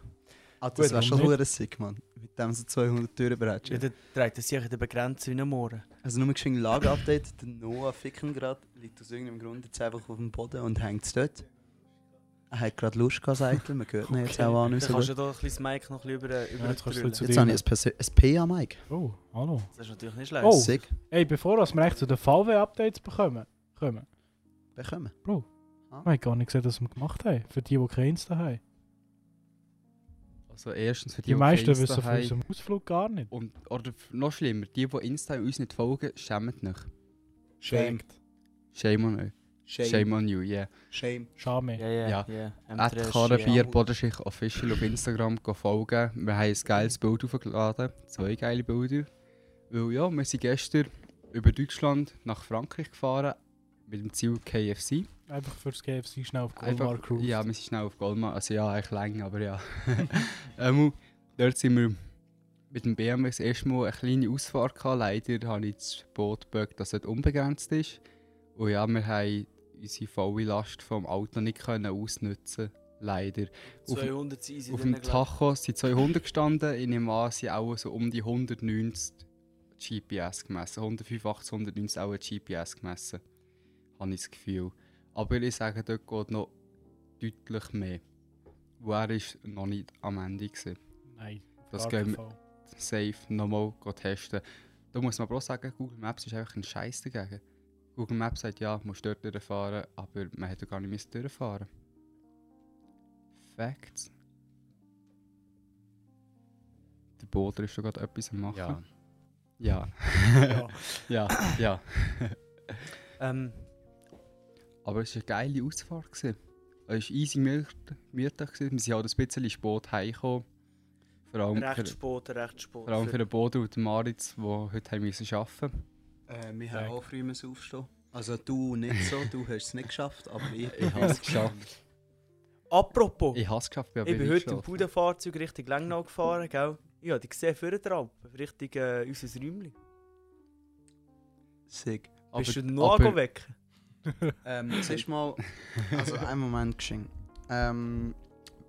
D: Alter,
A: Gut,
D: Ah, das wäre schon
A: warum
D: hure sick, Mann. Mit dem so 200 Türen bereits.
C: Ja, dann trägt er sich in der Begrenzung in den Mohren.
D: Also nur geschwind Lageupdate. Der Noah Ficken gerade liegt aus irgendeinem Grund jetzt einfach auf dem Boden und hängt es dort. Er hat gerade Lust gehabt, sagt er. Man hört ihn jetzt
A: Okay.
D: auch an.
C: Dann
D: nicht so
C: kannst du
D: gut.
C: ja da ein bisschen das Mic noch ein bisschen über, über
A: jetzt kannst du zu-
D: Jetzt habe ich ein, Perse- ein P am Mike.
A: Oh, hallo.
C: Das ist natürlich nicht schlecht.
A: Oh.
D: Sick.
A: Ey, bevor dass wir echt zu den VW-Updates bekommen, kommen,
D: Bekommen.
A: wir haben gar nicht gesehen, was wir gemacht haben. Für die, die kein Insta haben.
B: Also erstens für die,
A: Die meisten
B: kein Insta
A: wissen von
B: haben.
A: unserem Ausflug gar nicht.
B: Und, oder f- noch schlimmer, die, die Insta uns nicht folgen, schämt nicht.
D: Shame.
B: Shame on you. Shame,
D: Shame.
B: on you, yeah.
D: Shame.
A: Schade.
C: Ja,
A: Yeah.
B: Ja.
C: ja, ja.
B: At Karrenbier Bodenschicht Official auf Instagram go folgen. Wir haben ein geiles Bild aufgeladen. Zwei geile Bilder. Weil ja, wir sind gestern über Deutschland nach Frankreich gefahren. Mit dem Ziel KFC.
A: Einfach fürs KFC schnell auf Goldbar
B: Einfach,
A: Cruise.
B: ja, wir sind schnell auf Goldman. Also ja, eigentlich lang, aber ja. *laughs* ähm, dort sind wir mit dem BMW das erste Mal eine kleine Ausfahrt gehabt. Leider habe ich das Boot gebögt, dass es unbegrenzt ist. Und ja, wir haben unsere volle Last vom Auto nicht können ausnutzen Leider. Auf-
C: 200 Seisen
B: Auf dem Tacho sind 200 gestanden, in dem Mann sind auch so um die 190 GPS gemessen. 185, 190 auch GPS gemessen. Habe ich das Gefühl. Aber ich sage, dort geht noch deutlich mehr. Wo er ist noch nicht am Ende gewesen.
A: Nein, auf
B: Das
A: gar
B: gehen
A: keinen
B: wir-
A: Fall.
B: Safe, nochmal go testen. Da muss man aber auch sagen, Google Maps ist einfach ein Scheiß dagegen. Google Maps sagt, ja, musst dort durchfahren, aber man hätte gar nicht müssen durchfahren. Facts. Der Boder ist schon gerade etwas am Machen.
F: Ja.
C: *laughs*
B: Ja.
A: Ja.
B: ja, ja.
C: Ähm,
B: Aber es war eine geile Ausfahrt. gewesen. Es war easy gemüt- gemütlich. gewesen. Wir sind halt ein bisschen spät heimgekommen. Vor allem, für,
C: recht spät, recht spät.
B: vor allem für den Boden und den Maritz, die heute haben müssen arbeiten
D: Äh, wir haben auch früh müssen aufstehen. Also du nicht so, du hast es nicht geschafft, aber ich,
B: Ich habe es geschafft.
C: Apropos, Oh. ich,
B: Ich hasse geschafft, bin aber
C: bin
B: wieder
C: heute im
B: eingeschlafen.
C: Pudenfahrzeug Richtung Lengnau gefahren, gell? Ich habe dich gesehen vor der Rampe, Richtung äh, unser Räumchen.
E: Sick.
B: Aber-
C: Bist du noch
B: aber-
C: aber, wecken?
E: Ähm, siehst
D: Zuerst mal, also einen Moment geschenkt. Ähm,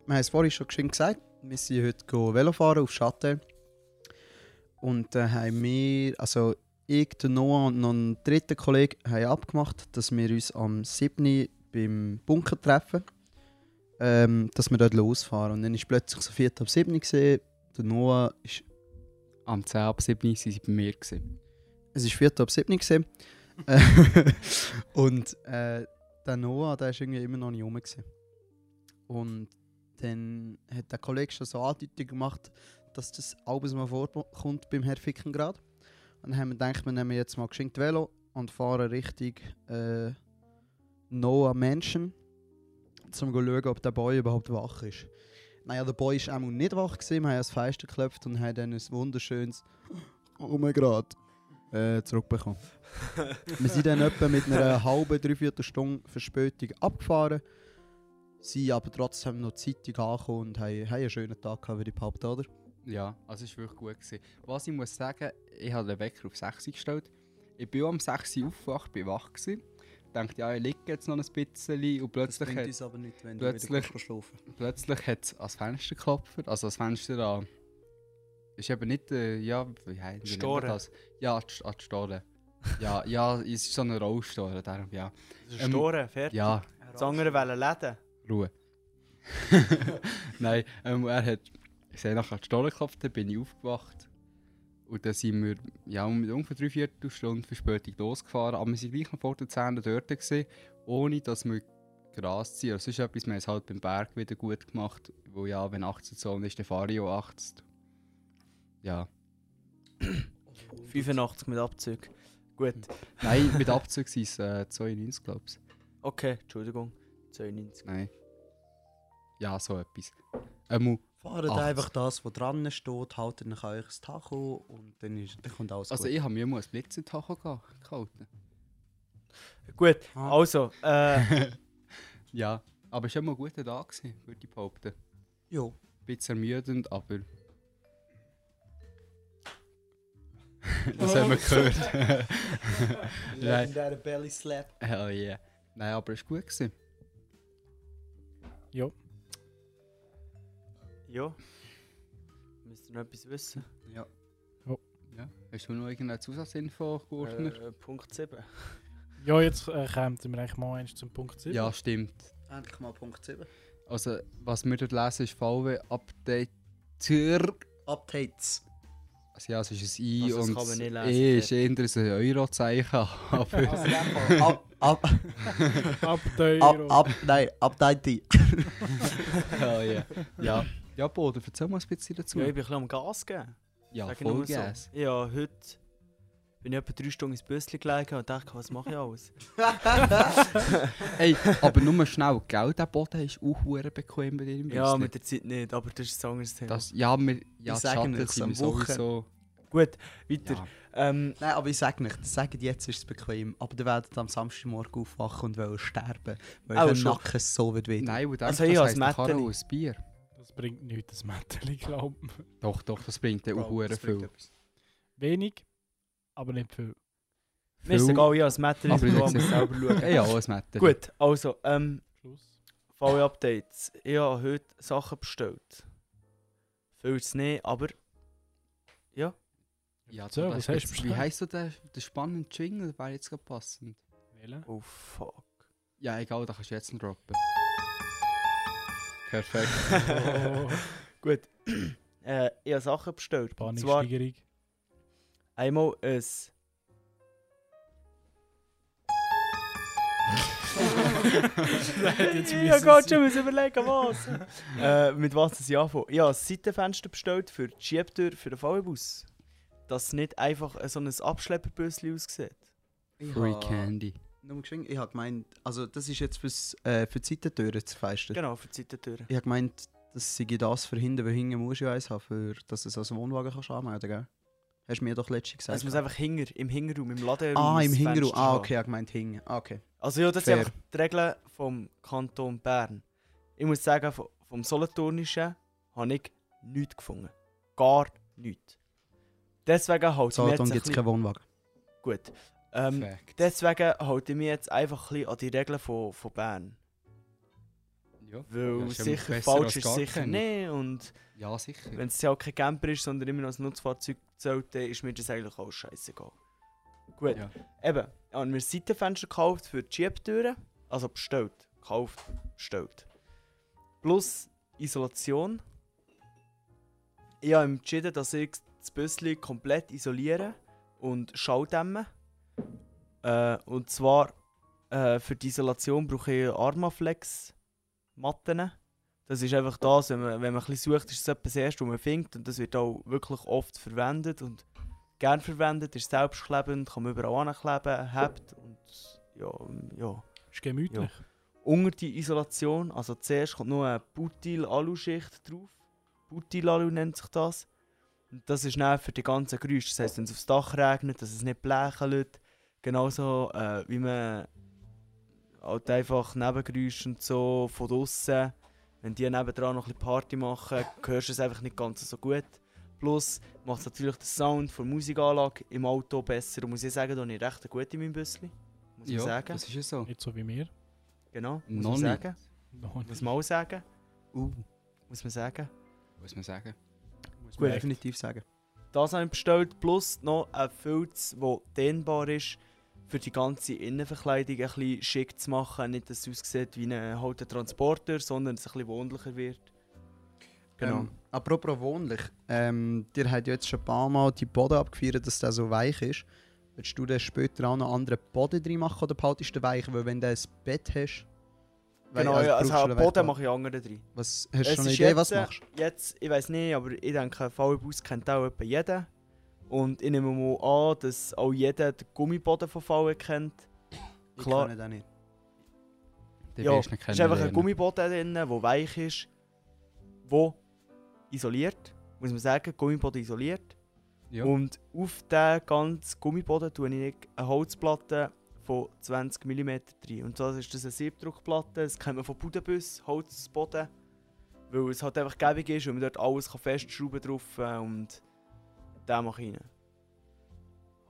D: wir haben es vorhin schon geschenkt gesagt, wir sind heute go Velo fahren auf Schatten. Und dann haben wir, also ich, der Noah und noch ein dritter Kollege haben abgemacht, dass wir uns am 7. Uhr beim Bunker treffen. Ähm, dass wir dort losfahren. Und dann ist plötzlich so 4. ab 7. Uhr gesehen, der Noah ist
B: Am 10 ab 7 Uhr waren sie bei mir. Gewesen.
D: Es war 4. ab 7. gewesen. Äh, und äh, der Noah, der war irgendwie immer noch nicht rum. gewesen. Und dann hat der Kollege schon so Andeutung gemacht, dass das alles mal vorkommt beim Herr Fickengrad. Und dann haben wir gedacht, wir nehmen jetzt mal geschenkt Velo und fahren Richtung äh, Noah Mansion, um zu schauen, ob der Boy überhaupt wach ist. Naja, der Boy war einmal nicht wach, gewesen. wir haben ans Fenster geklopft und haben dann ein wunderschönes Umgrad äh, zurückbekommen. Wir sind dann etwa mit
E: *laughs*
D: einer halben, dreiviertel Stunde Verspätung abgefahren, sind aber trotzdem noch zeitig angekommen und haben, haben einen schönen Tag gehabt, würde ich behaupten, oder?
B: Ja, also es war wirklich gut. Gewesen. Was ich muss sagen, ich habe den Wecker auf 6 Uhr gestellt. Ich bin am 6 Uhr aufgewacht, bin wach. Gewesen. Dachte, ja, ich liege jetzt noch ein bisschen und
E: Das
B: plötzlich
E: bringt
B: hat
E: uns aber nicht, wenn du
B: plötzlich-
E: wieder verschlafen
B: plötzlich hat's ans Fenster geklopft. Also ans Fenster an. Ist eben nicht, äh, ja, wie heißt
C: Store.
B: das? Ja, an die- an die Store. Ja, ja, es ist so eine Rollstore, darum ja.
C: Das ist
B: Ähm,
C: Store, fertig.
B: Ja,
C: Das andere wollen läden.
E: *laughs*
B: Ruhe. Nein, ähm, er hat, ich sehe nachher die Stolle geklopft, dann bin ich aufgewacht. Und dann sind wir ja, mit ungefähr drei Viertelstunden Verspätung losgefahren. Aber wir waren gleich noch vor den 10 Uhr dort, gewesen, ohne dass wir Gras ziehen. Das ist etwas, wir haben es halt beim Berg wieder gut gemacht. Wo ja, wenn 18 Zoll ist, dann fahre ich auch 80. um Ja.
C: 85 mit Abzug. Gut,
B: Hm. Nein, mit Abzug sind es äh, 92, glaube ich.
C: okay, Entschuldigung. 92.
B: Nein. Ja, so etwas. Ähm,
E: Fahrt
B: Acht.
E: einfach das, was dran steht, haltet nach euch das Tacho und dann, ist, dann kommt alles
B: also
E: gut.
B: ich habe mir mal ein Blitz in den Tacho geha- gehalten.
C: Gut,
E: Ah.
C: also,
B: *laughs*
C: äh,
B: Ja, aber es war mal ein guter Tag, gewesen, würde ich behaupten.
E: Jo.
B: Ein bisschen ermüdend, aber. das haben wir gehört. Legendäre
E: Belly Slap.
B: Hell yeah. Nein, aber es war gut. Gewesen.
C: ja. Müsst ihr noch etwas wissen?
E: Ja.
B: Ja. Hast du noch irgendeine Zusatzinfo, Gurtner?
C: Äh, Punkt 7.
A: Ja, jetzt äh, kämen wir eigentlich mal eins zum Punkt
C: Äh,
A: 7.
B: Ja, stimmt.
E: Endlich mal Punkt 7.
B: Also, was wir dort lesen, ist VW-Updater.
D: *laughs*
E: Updates.
B: Also, ja, es ist ein I
C: Also, das
B: und
C: kann man nicht lesen,
B: E ist eher so ein Euro-Zeichen. *laughs*
A: Ah, *laughs*
C: *laughs*
B: Aber
E: Ab, ab,
A: Ab der
E: ab,
A: Euro.
E: ab, nein, Update.
B: hell yeah. Ja, ja Boden, erzähl mal ein bisschen dazu.
C: Ja, ich bin ein bisschen am Gas gegeben.
B: Ja,
C: Sag ich nur
B: voll
C: so.
B: Gas.
C: Ja, heute bin ich etwa drei Stunden ins Büsschen gelegen und dachte, was mache ich *laughs* alles?
B: Ey, aber nur schnell, gell? Der Boden ist auch hure bequem bei dir im
C: ja,
B: Business.
C: mit der Zeit nicht, aber das ist ein anderes Thema.
B: das, ja, wir, ja,
E: Ich
B: die
E: sag
B: Schatten
E: nichts,
B: sind
E: am
B: wir sowieso.
C: Gut, weiter.
B: Ja.
C: Ähm,
E: Nein, aber ich sage nicht, sagt jetzt ist es bequem, aber ihr werdet am Samstagmorgen aufwachen und wollen sterben, weil
C: Auch
E: der
C: schon.
E: Nacken so wird weh.
B: Nein, und
C: Also
B: also
C: ich
B: das
C: als
B: heisst eine Karre
C: Mädchen.
B: und ein Bier.
A: Das bringt nichts, das Mädchen, glaubt mir.
B: Doch, doch, das bringt dann auch hure viel.
A: Wenig, aber nicht viel.
C: mir ist
B: Viel.
C: egal, ich als Mädchen
B: Aber ich
C: muss
B: sehe-
C: selber schauen.
B: Ey, *laughs* ja, auch ein Mädchen.
C: Gut, also, ähm,
A: Schluss.
C: VW-Updates. Ich habe heute Sachen bestellt. Vieles nicht, aber
B: Ja,
A: So,
B: also das
A: was hast
B: ist
A: du
B: jetzt- Wie
A: bestellt?
B: heisst du der, der spannende Jingle? Wäre jetzt gerade passend.
A: Wählen.
C: Oh fuck.
B: Ja, egal, da kannst du jetzt noch droppen. Perfekt.
A: *laughs* Oh,
C: Gut. *clears throat* äh, ich habe Sachen bestellt. Und zwar
A: Paniksteigerung.
C: einmal ein.
A: Nein, jetzt
C: ich
A: müssen
C: habe
A: sie-
C: schon müssen überlegen, was. äh, mit was ich anfange. Ich habe ein Seitenfenster bestellt für die Schiebtür für den VW-Bus. Dass es nicht einfach äh, so ein Abschlepperbüsschen aussieht.
B: Free Candy.
E: Nur geschwind, ich habe gemeint, also das ist jetzt fürs, äh, für die Seitentüren zu feisten.
C: Genau, für die Seitentüren.
E: Ich habe gemeint, dass sie das verhindern, weil hinten musst du ja eins haben, für, dass du es als Wohnwagen kannst anmelden kannst, gell? Hast du mir doch letztens gesagt.
B: Also
C: Es muss einfach hinger, im Hinterraum, im Ladenraum.
E: ah,
C: ein
E: im
C: Fenster
E: Hintergrund. Ah,
C: haben.
E: okay, ich habe gemeint hinten. Ah, okay.
C: Also ja, das
E: Fair.
C: sind einfach die Regeln vom Kanton Bern. ich muss sagen, vom, vom Solothurnischen habe ich nichts gefunden. Gar nichts. Deswegen halte ich
E: So,
C: mich jetzt
E: dann
C: ein
E: gibt es
C: bisschen-
E: keinen Wohnwagen.
C: Gut. Ähm,
B: Fact.
C: deswegen halte ich mich jetzt einfach ein bisschen an die Regeln von, von Bern.
B: Ja.
C: Weil
B: Das ist ja
C: sicher
B: besser
C: falsch
B: als
C: ist
B: gar
C: sicher
B: keine.
C: nicht. Und
B: Ja, sicher.
C: wenn es ja auch kein Camper ist, sondern immer noch ein Nutzfahrzeug zählt, dann ist mir das eigentlich auch scheißegal. Gut.
B: Ja.
C: Eben, ich habe mir Seitenfenster gekauft für die Jeep-Türen. Also bestellt. Gekauft, bestellt. Plus Isolation. Ich habe entschieden, dass ich das Büsschen komplett isoliere und Schalldämme. Äh, und zwar äh, für die Isolation brauche ich Armaflex-Matten. Das ist einfach das, wenn man, wenn man ein bisschen sucht, ist es etwas Erstes, was man findet. Und das wird auch wirklich oft verwendet und gern verwendet. Ist selbstklebend, kann man überall ankleben, hebt und ja, ja.
A: Ist gemütlich.
C: Unter die Isolation, also zuerst kommt noch eine Butyl-Aluschicht drauf. Butyl-Alu nennt sich das. Und das ist dann für die ganzen Geräusche. Das heisst, wenn es aufs Dach regnet, dass es nicht blächelt. Genauso äh, wie man halt einfach Nebengeräusche und so von draussen, wenn die nebendran noch ein bisschen Party machen, hörst du es einfach nicht ganz so gut. Plus macht es natürlich den Sound von der Musikanlage im Auto besser. Und muss ich sagen, da habe ich recht gut in meinem Büsschen. Muss ich
B: ja,
C: sagen.
B: das ist ja so.
A: Nicht so wie mir.
C: Genau, muss
B: Noch
C: man
B: nicht.
C: sagen.
A: Noch
C: Muss
A: nicht.
C: man auch sagen.
E: Uh,
C: Muss man sagen.
B: Muss man sagen.
E: muss
A: Gut.
E: man definitiv sagen.
C: Das habe ich bestellt, plus noch ein Filz, der dehnbar ist, für die ganze Innenverkleidung ein bisschen schick zu machen. Nicht, dass es aussieht wie ein alter Transporter, sondern dass es ein bisschen wohnlicher wird. Genau.
E: Ähm, apropos wohnlich, ähm, dir hat ja jetzt schon ein paar Mal die Boden abgefeiert, dass der so weich ist. Willst du den später auch noch einen anderen Boden drin machen oder behaltest du den weich? Weil wenn du ein Bett hast, weil-
C: Genau, ja, also
E: brauchst du
C: am
E: den
C: Boden
E: weichen
C: mache ich andere drin.
E: Boden. Was, hast du
C: Es
E: schon eine
C: ist
E: Idee, was
C: jetzt,
E: du machst?
C: Jetzt, ich weiß nicht, aber ich denke, VW-Bus kennt auch etwa jeder. Und ich nehme mal an, dass auch jeder den Gummiboden von VW kennt. klar.
E: Ich kenne den nicht.
B: Den
C: Ja,
B: wirst du nicht
C: Es ist einfach ein
B: kennenlernen.
C: Gummiboden drin, der weich ist, wo isoliert, muss man sagen, Gummiboden isoliert.
B: Ja.
C: Und auf diesen ganzen Gummiboden tue ich eine Holzplatte von 20 mm rein. Und zwar ist das eine Siebdruckplatte, das kennt man von Budebus, Holzboden. Weil es halt einfach gäbig ist und man dort alles kann festschrauben drauf äh, und den mache ich rein.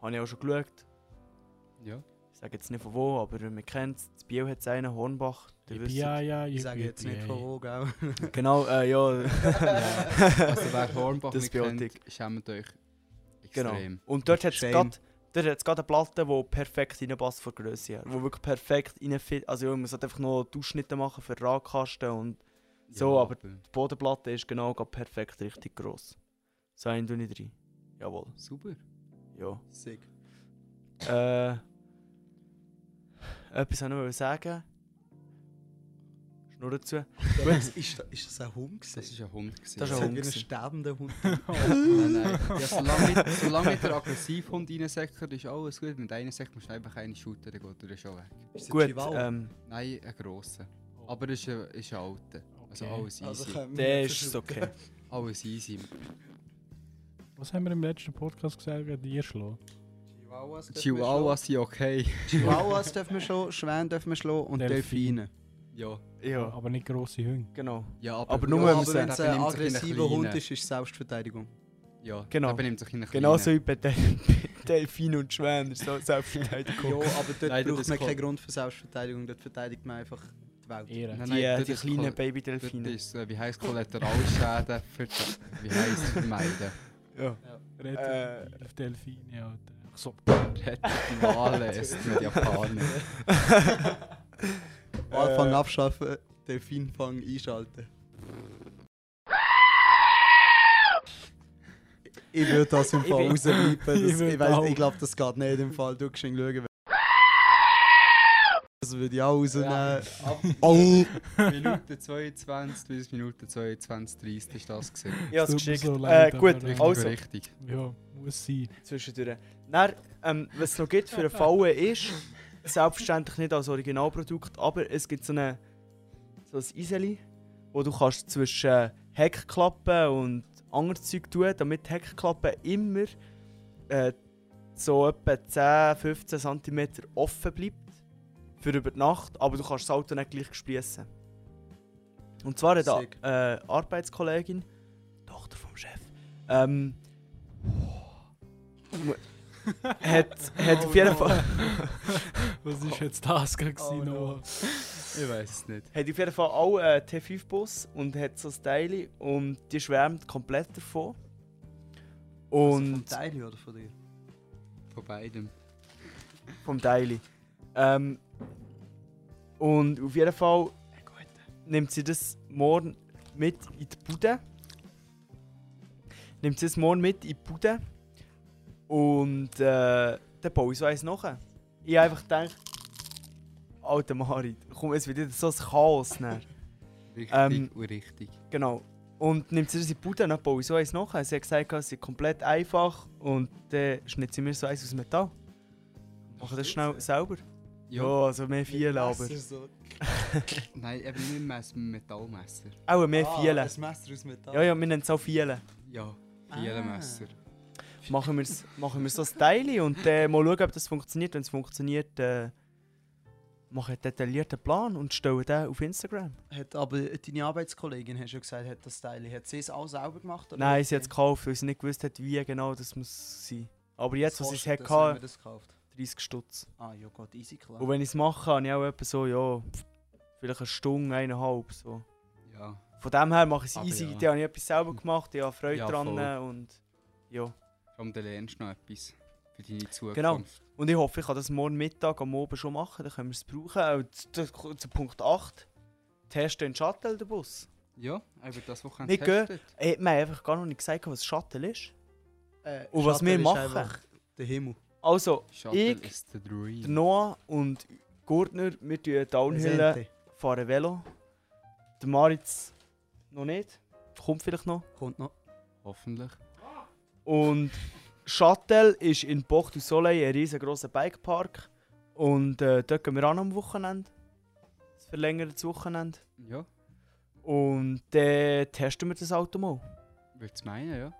C: Habe ich auch schon geschaut.
B: Ja.
C: Ich sage jetzt nicht von wo, aber man kennt es. Das Biel hat einen, Hornbach. ihr wisst es.
A: Ja, ja,
E: Ich sage jetzt nicht von wo, gell?
C: Genau,
E: *laughs*
C: äh, *laughs* ja.
B: Also wer Hornbach
C: Das
B: nicht
C: bin auch
B: kennt, schämt euch
C: genau.
B: extrem.
C: Und dort hat es
E: Shame.
C: gerade eine Platte, die perfekt reinpasst von der Größe her. Die wirklich perfekt reinfit. Also ja, man sollte einfach noch die Ausschnitte machen für den Radkasten und So, aber- die Bodenplatte ist genau gerade perfekt richtig gross. So einen tue ich rein. Jawohl,
B: Super.
C: ja.
E: *laughs*
C: *laughs*
E: Sick.
C: Äh, etwas wollte ich noch sagen. Schnur dazu.
E: ist, ist, ist das ein Hund gewesen?
B: Das war ein Hund. gewesen.
C: Das ist ein Hund
E: wie ein
C: gewesen.
E: sterbender
C: *laughs*
E: Hund.
B: Nein, nein. Ja, solange, nicht, solange nicht der Aggressivhund reinsäckert, ist alles gut. Mit einem Säck musst du einfach einen shooten, dann geht er schon weg.
E: Ist das ein
C: Gut,
E: Chihuahua?
C: ähm,
B: Nein, ein grosser. Aber es ist ein, ist ein alter. Also alles easy.
E: Also können wir
C: der
E: nicht
C: ist
E: versuchen. *laughs*
C: okay.
B: alles easy.
A: Was haben wir im letzten Podcast gesagt? Die schlagen.
E: Chihuahuas dürfen wir
B: Chihuahua sind okay.
E: schlagen.
B: *laughs*
E: Chihuahuas dürfen wir schlagen, Schwäne dürfen wir schlagen und
A: Delfine.
E: Delfine.
B: Ja.
C: Ja,
A: Aber nicht grosse Hunde.
C: genau.
B: ja aber,
C: Aber nur,
E: Ja,
C: wenn man
E: aber wenn
C: sagt,
E: es
B: er
E: ein
B: benimmt sich in
E: aggressiver
B: einen
E: Hund
B: kleinen.
E: ist, ist Selbstverteidigung.
B: Ja,
C: Genau.
B: Er benimmt sich in einen
C: Genauso
B: kleinen.
C: wie bei Del *laughs* Delfin und Schwänen. So
E: Ja,
C: Selbstverteidigung.
E: aber dort
B: Nein, das
E: braucht
B: ist
E: man
B: cool.
E: keinen Grund für Selbstverteidigung, dort verteidigt man einfach die Welt.
A: Ehre.
B: Nein,
C: Die,
B: nein,
C: äh,
B: dort
C: die
B: ist
C: kleinen
B: Kolle- dort
C: *laughs* Babydelfine.
B: ist, äh, wie heisst Kollateralschäden für wie heisst vermeiden?
C: Ja.
A: Rettet um
E: Äh.
A: die Delfine, Alter. Ach so.
B: Rettet die Wale, es sind die Japaner.
E: Walfang abschaffen, Delfinfang einschalten. Ich würde das im
C: Ich
E: Fall
C: bin-
E: rauspiepen. Das,
A: Ich
E: ich
A: würd auch.
E: weiss, ich glaube, das geht nicht im Fall. Du kannst ihn schauen. Das würde ich auch rausnehmen.
B: ab
E: Oh!
B: *laughs* *laughs* Minute 22 bis Minute 22, 30 ist das gewesen.
C: Ja,
A: Tut
C: es
A: mir
C: geschickt.
A: so
C: äh,
A: leid,
C: gut,
A: aber, äh,
B: Richtig,
C: also,
B: richtig.
A: *laughs* Ja, muss sein.
C: zwischendurch. Dann, ähm, was es noch gibt für einen Fallen ist, selbstverständlich nicht als Originalprodukt, aber es gibt so, eine, so ein Eiseli, wo du kannst zwischen Heckklappen und anderes Zeug tun, damit die Heckklappe immer äh, so etwa 10-15 cm offen bleibt für über die Nacht, aber du kannst das Auto nicht gleich spliessen. Und zwar hat
E: Sick.
C: eine äh, Arbeitskollegin, Tochter vom Chef, ähm, hat, hat auf jeden Fall.
A: Was ist jetzt das gewesen,
C: Oh no.
A: Noah?
B: Ich weiß es nicht.
C: hat auf jeden Fall auch einen T5-Bus und hat so ein Teil und die schwärmt komplett davon. Und
E: Teil oder von dir?
B: Von beidem.
C: vom Teil. Ähm, und auf jeden Fall nimmt sie das morgen mit in die Bude. Nimmt sie das morgen mit in die Bude. Und äh, dann baue ich so eins nachher. Ich hab einfach gedacht, alter Marit, komm, es wird wieder so ein Chaos. Dann.
B: Richtig
C: Ähm,
B: und richtig.
C: Genau. Und nimmt sie das in die Bude, dann baue ich so eins nachher. Sie hat gesagt, es sei komplett einfach und dann schnitzt sie mir so eins aus Metall. Mach das schnell selber. Ja, also mehr Fiele, aber.
B: Nein, eben nicht Messer, mit Metallmesser.
C: Auch mehr Fiele.
E: Ah, Messer aus Metall.
C: Ja, ja, wir nennen es auch Fiele.
B: Ja,
C: Ah.
B: viele Messer.
C: Machen wir machen wir's so ein Teil und dann mal schauen, ob das funktioniert. Wenn es funktioniert, äh, machen einen detaillierten Plan und stellen den auf Instagram.
E: Hat aber deine Arbeitskollegin, hast du ja gesagt, hat das Teil. Hat sie es auch selber gemacht? Oder
C: Nein, sie hat es gekauft, weil sie nicht gewusst hat, wie genau das muss sein. Aber jetzt, was sie es
E: kostet
C: hat,
E: das, wenn man
C: gehabt,
E: das gekauft.
C: 30 Stutz.
E: Ah, ja, Gott, easy klar.
C: Und wenn ich es mache, habe ich auch etwa so, ja, pff, vielleicht eine Stunde, eineinhalb. So.
B: Ja.
C: Von dem her mache ich es
B: Aber
C: easy.
B: ja.
C: Da habe ich etwas selber gemacht, ich habe Freude
B: Ja,
C: dran
B: voll.
C: und ja.
B: Komm, dann lernst du noch etwas für deine Zukunft.
C: Genau. Und ich hoffe, ich kann das morgen Mittag am Oben schon machen, dann können wir es brauchen. Auch zu, zu Punkt 8. Testen in Shuttle, den Bus.
B: Ja, aber das Wochenende
C: Nicht gehen.
B: testet.
C: Ey, wir haben einfach gar noch nicht gesagt, was Shuttle ist.
E: Äh,
C: Und was wir
E: Shuttle ist
C: machen?
E: einfach Der Himmel.
C: Also,
B: Shuttle
C: Ich-
B: ist der Dream.
C: der Noah und Gurtner, wir tun Downhill,
E: Sente.
C: fahren Velo. Der Maritz noch nicht, kommt vielleicht noch.
E: Kommt noch.
B: Hoffentlich.
C: Und Châtel ist in Port du Soleil ein riesengroßer Bikepark. Und äh, dort gehen wir an am Wochenende. Das verlängerte Wochenende.
B: Ja,
C: Und dann äh, testen wir das Auto mal.
B: würde es meinen, ja.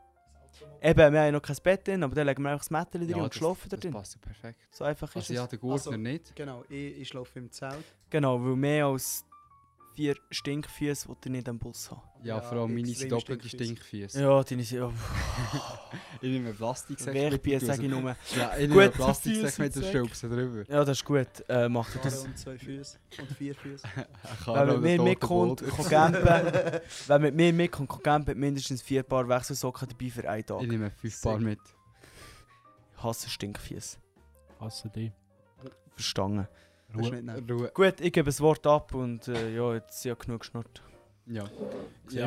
C: Eben, wir haben noch kein Bett drin, aber dann legen wir einfach das Mädchen drin
B: ja,
C: und schlafen da
B: das, das
C: drin.
B: passt ja perfekt.
C: So einfach ist
B: Also ja,
C: es.
B: der Gurtner
E: Also-
B: nicht.
E: Genau, ich, ich schlafe im Zelt.
C: Genau, weil mehr als vier Stinkfüße will ich nicht am Bus haben.
B: Ja,
E: Ja,
B: vor allem meine
E: extrem
B: sind doppelt
E: stinkfies.
B: stinkfies.
C: Ja, deine sind ja...
B: Ich nehme Plastiksäcke
C: Wer ich
B: mit,
C: bin,
B: tu
C: sage ich
B: so-
C: nur.
B: Ja, ich
C: Gut,
B: nehme Plastiksäcke mit, dann
A: Plastiksäcke.
B: schraubst du drüber.
C: Ja, das ist gut. Äh, macht ihr das.
E: Und zwei Füße. Und vier
C: *laughs*
E: Füße.
C: Wenn mit mir mitkommt, kann campen. Wenn mit mir mitkommt, kann campen, hat mindestens vier Paar Wechselsocken dabei für einen Tag.
B: Ich nehme fünf Paar mit.
C: Ich hasse Stinkfies.
A: Hasse dich.
C: Verstanden.
E: Das ist nicht nett.
B: Ruhe.
C: Gut, ich gebe das Wort ab und äh, ja, jetzt ja genug geschnurrt.
B: Ja.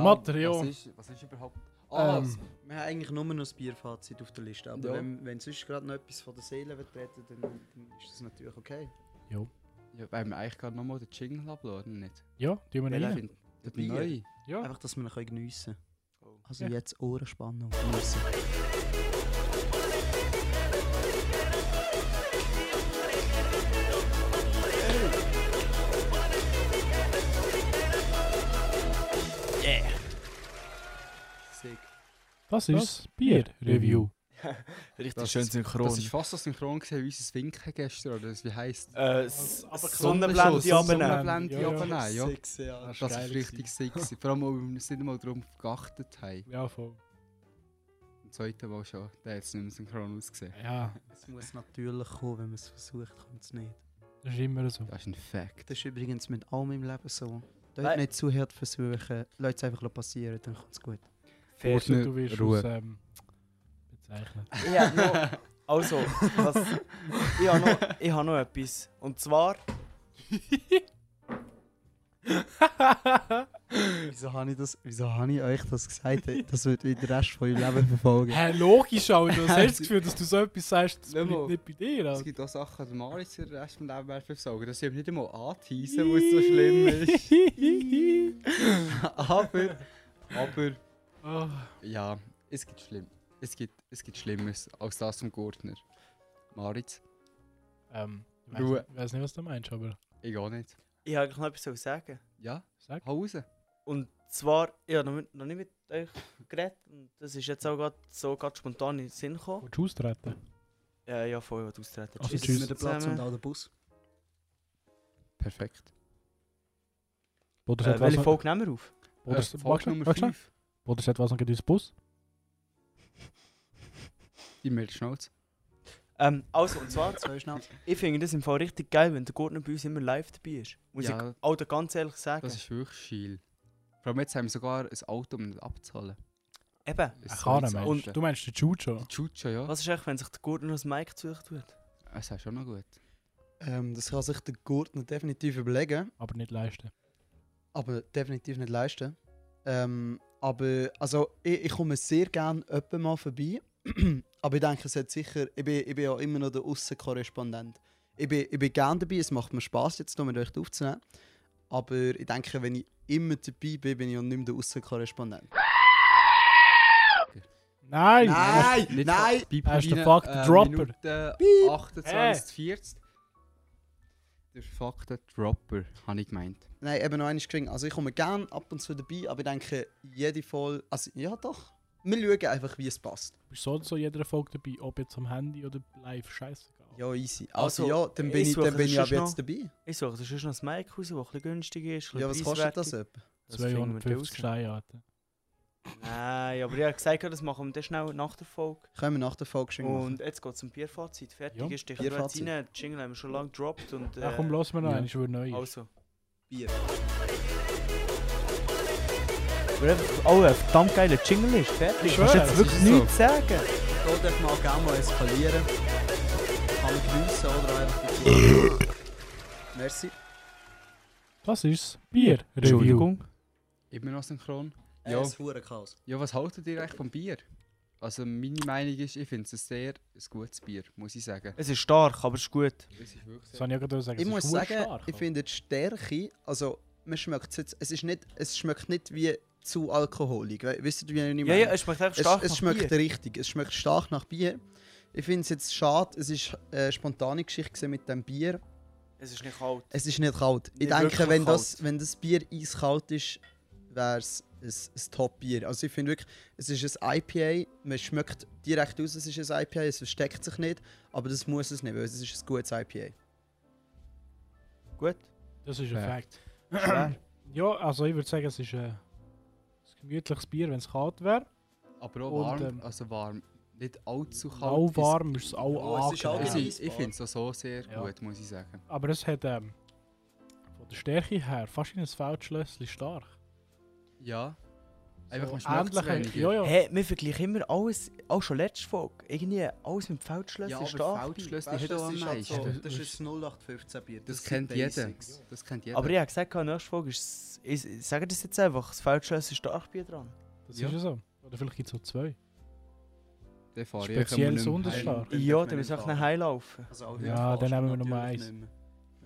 A: Material.
B: Was ist, was ist überhaupt...
E: Ah,
B: Ähm,
E: es- wir haben eigentlich nur noch das Bierfazit auf der Liste. Aber
B: Ja.
E: wenn, wenn sonst gerade noch etwas von der Seele wird reden, dann, dann ist das natürlich okay.
B: Ja, wollen wir eigentlich gerade nochmal den Jingle abladen, nicht?
A: Ja, tun wir
B: Ich
A: rein.
B: finde, das
E: Bier.
B: neue.
A: Ja.
E: Einfach, dass wir ihn können geniessen können. Also
A: Ja.
E: jetzt Ohrenspannung. Geniessen.
B: Sick.
A: Das ist Bier-Review.
C: Richtig
B: Das-
C: schön synchron.
B: Das ist fast so synchron gewesen wie unser Winken gestern, oder das- Dus wie heisst
C: äh, S-
A: Aber klar.
C: Sonnenblende
A: Sonnenschuss,
C: abnehmen.
A: Sonnenblende.
B: Sonnenblende
A: Ja, ja.
B: runternehmen, ja.
E: Sechs Jahre.
B: Das war
A: geil
B: richtig sick.
A: *laughs*
B: gewesen. Vor allem, weil wir uns nicht mal darauf geachtet haben.
A: Ja, voll.
B: Im zweiten Mal schon. Der hat es nicht mehr synchron ausgesehen.
A: Ja,
E: Es muss natürlich kommen, wenn man es versucht, kommt es nicht.
A: das ist immer so.
B: Das ist ein Fact.
E: Das ist übrigens mit allem im Leben so. Dort
C: Nein.
E: nicht zu hart versuchen, Leute es einfach passieren, dann kommt es gut.
A: Fair,
B: Ordner,
A: du wirst
B: Ruhe.
A: aus, ähm, bezeichnet.
C: Ja, noch, also, was, ich habe noch, ich habe noch etwas. Und zwar,
E: Wieso habe ich, das, wieso habe ich euch das gesagt? Das wird den Rest von eurem Leben verfolgen.
A: Hä, logisch, aber
B: *laughs*
A: du hast das Gefühl, dass du so etwas sagst, das
B: Nicht mal.
A: bleibt nicht bei dir.
B: Es
A: Alter.
B: gibt auch Sachen, die Maris den Rest des Lebens versorgen. Das ist eben nicht einmal anteasen, wo es so schlimm ist. *laughs* aber, aber,
A: Oh,
B: ja, es gibt schlimm. Es gibt, es gibt Schlimmes als das vom Gurtner. Maritz,
A: *laughs* ähm, ich
B: Ruhe.
A: weiß, ich weiß nicht, was du meinst, aber
B: ich auch nicht.
C: ich habe eigentlich noch etwas zu sagen.
B: Ja,
A: sag.
B: hau raus.
C: Und zwar, ich habe noch, mit- noch nicht mit euch geredet. Und das ist jetzt auch grad, so grad spontan in den Sinn gekommen.
A: Willst du austreten?
C: Äh, ja, vorher was austreten.
A: Also,
E: Jetzt
C: Äh,
A: tschüss.
E: mit dem Platz und auch der Bus.
B: Perfekt.
A: Bodo
C: Äh,
A: sagt,
C: welche
A: was noch-
C: Folge nehmen wir auf?
A: Bodo
B: Äh,
A: sagt-
B: Folge
A: warte,
B: Nummer
A: warte schnell.
B: 5.
A: Bodo sagt, was noch geht ins Bus.
B: Die meldet Schnauze.
C: Ähm, also, und zwar,
D: Zwei Schnauze.
C: ich finde das im Fall richtig geil, wenn der Gurtner bei uns immer live dabei ist. Muss
B: Ja.
C: ich Alter ganz ehrlich sagen.
B: Das ist wirklich schiel. Vor allem jetzt haben wir sogar ein Auto, um das abzahlen.
C: Eben.
B: Das ist
A: Karne,
B: so
A: meinst
B: das Beste.
A: du? Du meinst den Chucho?
B: Die Chucha, ja.
C: Was ist echt, wenn sich der Gurtner das Mic zuchtut?
B: Das ist schon noch gut.
D: Ähm, das kann sich der Gurtner definitiv überlegen,
A: Aber nicht leisten.
D: aber definitiv nicht leisten. Ähm, aber also ich, ich komme sehr gerne öppe mal vorbei. *clears throat* aber ich denke, es hat sicher. Ich bin, ich bin ja immer noch der Aussenkorrespondent. Ich bin, ich bin gerne dabei, es macht mir Spaß jetzt hier mit euch aufzunehmen. Aber ich denke, wenn ich immer dabei bin, bin ich ja nicht mehr der Aussenkorrespondent.
A: Nein!
B: Nicht
D: Nein!
B: ver- Piep
A: Er ist der
B: rein,
A: fuck
B: äh,
A: Dropper.
B: Minute
D: Piep.
B: 28, 40. Der fuck der Dropper, habe ich gemeint.
D: Nein, eben noch eines gering. Also ich komme gerne ab und zu dabei, aber ich denke, jede Folge. Also ja doch. Wir schauen einfach, wie es passt.
A: Du bist so und so jeder Folge dabei, ob jetzt am Handy oder live, scheißegal.
D: Ja, easy. Also,
C: Also,
D: ja, dann bin
C: ich
D: ich,
C: suche
D: dann bin
C: das
D: ich ab
C: schon
D: jetzt dabei.
C: Ich suche das ist noch ein Mic raus, das ein bisschen günstig ist. ein
D: Ja, was
C: bisschen
D: kostet das
C: preiswertig.
D: etwa?
C: Das finden wir
A: 250
C: raus.
A: Steinarten.
C: Nein, aber ich habe gesagt, das machen wir dann schnell nach der Folge.
D: Können wir nach der Folge schon machen.
C: Und jetzt geht es zum Bierfazit. Fertig
A: Ja,
C: ist, ich jetzt
D: Bierfazit.
C: rein. Den Jingle haben wir schon lange gedroppt. Und, äh,
A: Ja, komm, lass mir noch
B: ja.
A: einen, ich will neu. ist.
C: Also. Weil einfach auch ein verdammt geiler Jingle ist. Fertig.
A: Ich
C: Kannst
A: schwöre,
C: jetzt
A: es
C: wirklich
D: ist so.
C: nichts sagen.
D: Da darf man auch gerne mal eskalieren. Kann man grüssen oder einfach die Merci.
A: Das ist Bier-Review.
B: Immer noch synchron.
D: Ja.
B: Ja.
D: Es ist hure Chaos.
B: Ja, was haltet ihr eigentlich vom Bier? Also meine Meinung ist, ich finde es ein sehr ein gutes Bier, muss ich sagen.
C: Es ist stark, aber es ist gut.
B: Es ist wirklich
A: Das habe ich ja gerade sagen.
D: Ich
A: es
D: muss
A: ist hure
D: sagen,
A: stark,
D: ich
A: aber-
D: finde die Stärke, also man schmeckt es jetzt, es, ist nicht, es schmeckt nicht wie zu alkoholig. We- Wisst ihr, wie ich meine?
C: Ja, ja, es schmeckt einfach
D: es,
C: stark.
D: es
C: nach
D: schmeckt
C: Bier.
D: richtig, es schmeckt stark nach Bier. Ich finde es jetzt schade, es ist äh, spontane Geschichte gewesen mit dem Bier.
C: Es ist nicht kalt.
D: Es ist nicht kalt. ich
C: Nicht
D: denke,
C: wirklich
D: wenn das,
C: kalt.
D: wenn das Bier eiskalt ist, wäre es ein, ein Top-Bier. Also ich finde wirklich, es ist ein IPA, man schmeckt direkt aus, es ist ein IPA, es versteckt sich nicht, aber das muss es nicht, weil es ist ein gutes IPA.
C: Gut.
A: Das ist ein
B: Ja.
A: Fakt. *clears throat* Ja, also ich würde sagen, es ist äh, ein gemütliches Bier, wenn es kalt wäre.
B: aber auch
A: Und,
B: warm,
A: ähm,
B: also warm. Nicht allzu kalt.
A: Auch warm ist es
D: Ja,
A: auch
D: es ist
B: Es,
D: auch
A: angenehm.
D: easy.
B: ist, ich finde es auch so sehr
A: Ja.
B: gut, muss ich sagen.
A: Aber es hat ähm, von der Stärke her fast in ein Feldschlösschen stark.
B: Ja. Einfach
A: So
B: man schmeckt es
A: ähnlich- Ja,
B: weniger.
A: ja.
C: Hey, wir vergleichen immer alles, auch schon letzte Folge, irgendwie alles mit dem Feldschlösschen
B: Ja,
C: stark.
B: aber Feldschlössli hat auch am meisten.
A: so- das
D: das
A: ist
D: ist 0815 Bier.
B: Das kennt jeder. Das kennt jeder.
C: Aber ich habe gesagt, nächste Folge ist. Ich, ich sage das jetzt einfach: das Feldschlösschen ist Starkbier dran.
A: Das
B: Ja.
A: ist ja so. Oder vielleicht gibt es auch zwei.
B: Der fahre ich
A: Speziell
B: kommen wir nicht mehr
A: Sonderstar.
B: heim.
C: Ja, dann müssen wir schnell heimlaufen.
A: Ja, dann nehmen wir noch mal eins.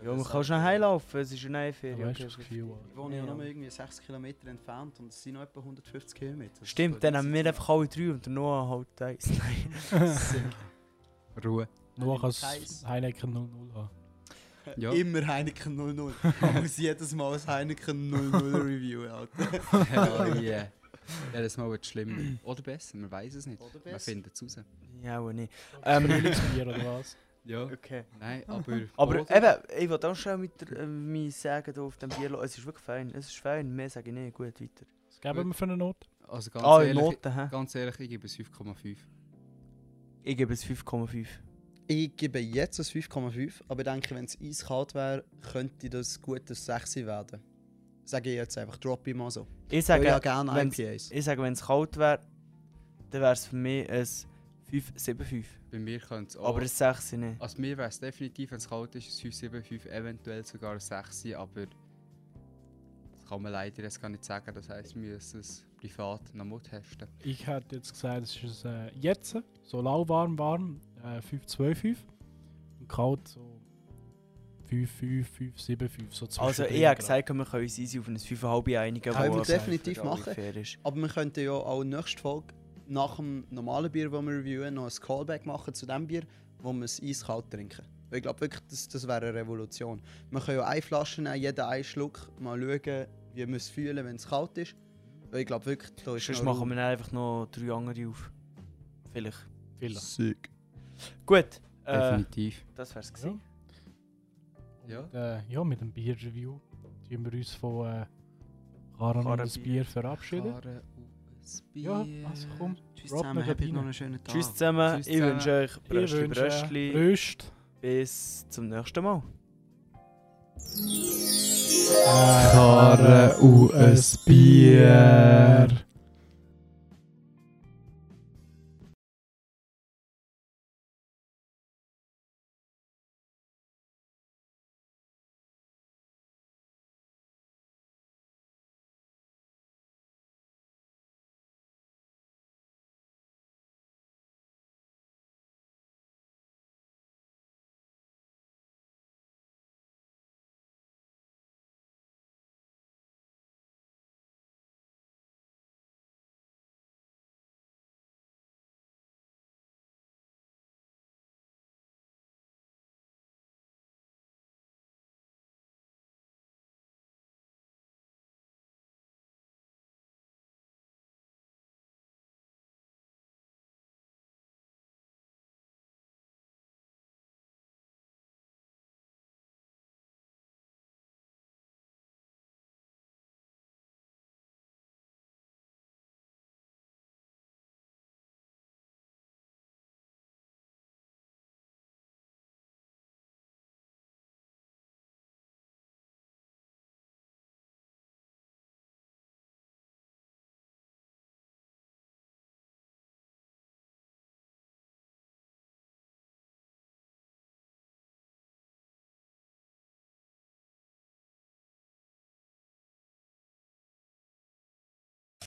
C: Ja, man kann schnell heimlaufen, es ist eine neue
A: Ja,
C: Ferien.
A: weißt du, das
C: okay,
A: Gefühl.
C: okay.
A: Mann.
D: Ich wohne ja
C: Ja.
D: noch irgendwie 6 km entfernt und es sind noch etwa 150 km.
C: Stimmt, dann haben wir einfach alle drei und der Noah halt eins. Nein.
B: *laughs* Ruhe.
A: Nur kann es
D: Scheiß.
A: Heineken 00 haben.
B: Ja.
D: Immer Heineken 00. Man muss jedes Mal ein Heineken 00 reviewen, Alter.
C: Oh
D: *laughs*
B: Hell yeah. Ja, das Mal wird schlimmer. Oder besser, man weiß es nicht.
D: Oder
B: Man
D: besser?
B: findet es raus.
C: ja, aber nicht. Ähm,
A: Frühlingsbier oder was?
B: Ja.
C: okay.
B: Nein, aber.
C: Aber äh,
B: Boden-
C: eben, ich will auch schon mit der, äh, mir sagen, hier auf dem Bier, es ist wirklich fein, es ist fein, mehr sage ich nicht, gut, weiter.
A: Was geben wir für eine Note?
B: Also ganz,
C: Ah,
B: ehrlich,
C: Noten, hä?
B: ganz ehrlich, ich gebe es 5,5.
C: Ich gebe es 5,5.
D: Ich gebe jetzt ein 5,5, aber ich denke, wenn es eiskalt wäre, könnte das gut ein 6 werden. Sage ich jetzt einfach, drop ich mal so.
C: Ich
D: Weil
C: sage,
D: ja gerne
C: wenn's-
D: IPAs.
C: ich sage wenn es kalt wäre, dann wäre es für mich ein 5,75.
B: Bei mir könnte es auch.
C: Aber ein 6 nicht.
B: also mir wäre es definitiv, wenn es kalt ist, ein 5,75, eventuell sogar ein 6, aber das kann man leider jetzt gar nicht sagen. Das heisst, wir müssen es privat nochmal testen.
A: Ich hätte jetzt gesagt, es ist äh, jetzt, so lauwarm, warm, äh, 5,25 und kalt so 5, 5, 5, 7, 5, so
C: Also
A: zwischendrin
C: ich habe
A: gerade.
C: gesagt, wir können uns easy auf ein 5,5 einigen,
D: Können
C: wo
D: wir
C: für-
D: definitiv
C: für alle
D: machen.
C: fair ist.
D: Aber wir könnten ja auch nächste Folge nach dem normalen Bier, das wir reviewen, noch ein Callback machen zu dem Bier, wo wir es eiskalt trinken. Weil ich glaube wirklich, das, das wäre eine Revolution. Wir können ja eine Flasche nehmen, jeder einen Schluck, mal schauen, wie wir es fühlen, wenn es kalt ist. Weil ich glaube wirklich, da ist
C: Sonst
D: noch
C: machen
D: Raum.
C: wir dann einfach noch drei andere auf. Vielleicht.
A: Vielleicht.
D: Sick.
C: Gut, äh,
B: definitiv.
C: das wär's gewesen.
A: Ja. Und, äh, ja, mit dem Bier-Review tun wir uns von äh, Karan und das Bier verabschieden.
B: Karre und ein Bier.
A: Ja, also komm.
E: Tschüss
A: Rob
E: zusammen,
A: noch
E: habt
A: rein.
E: noch einen schönen Tag.
C: Tschüss zusammen,
B: Tschüss
C: ich
B: zusammen.
C: wünsche euch Bröstli,
A: wünsche
C: Bröstli.
A: Röst.
C: Bis zum nächsten Mal.
A: Karre und ein Bier.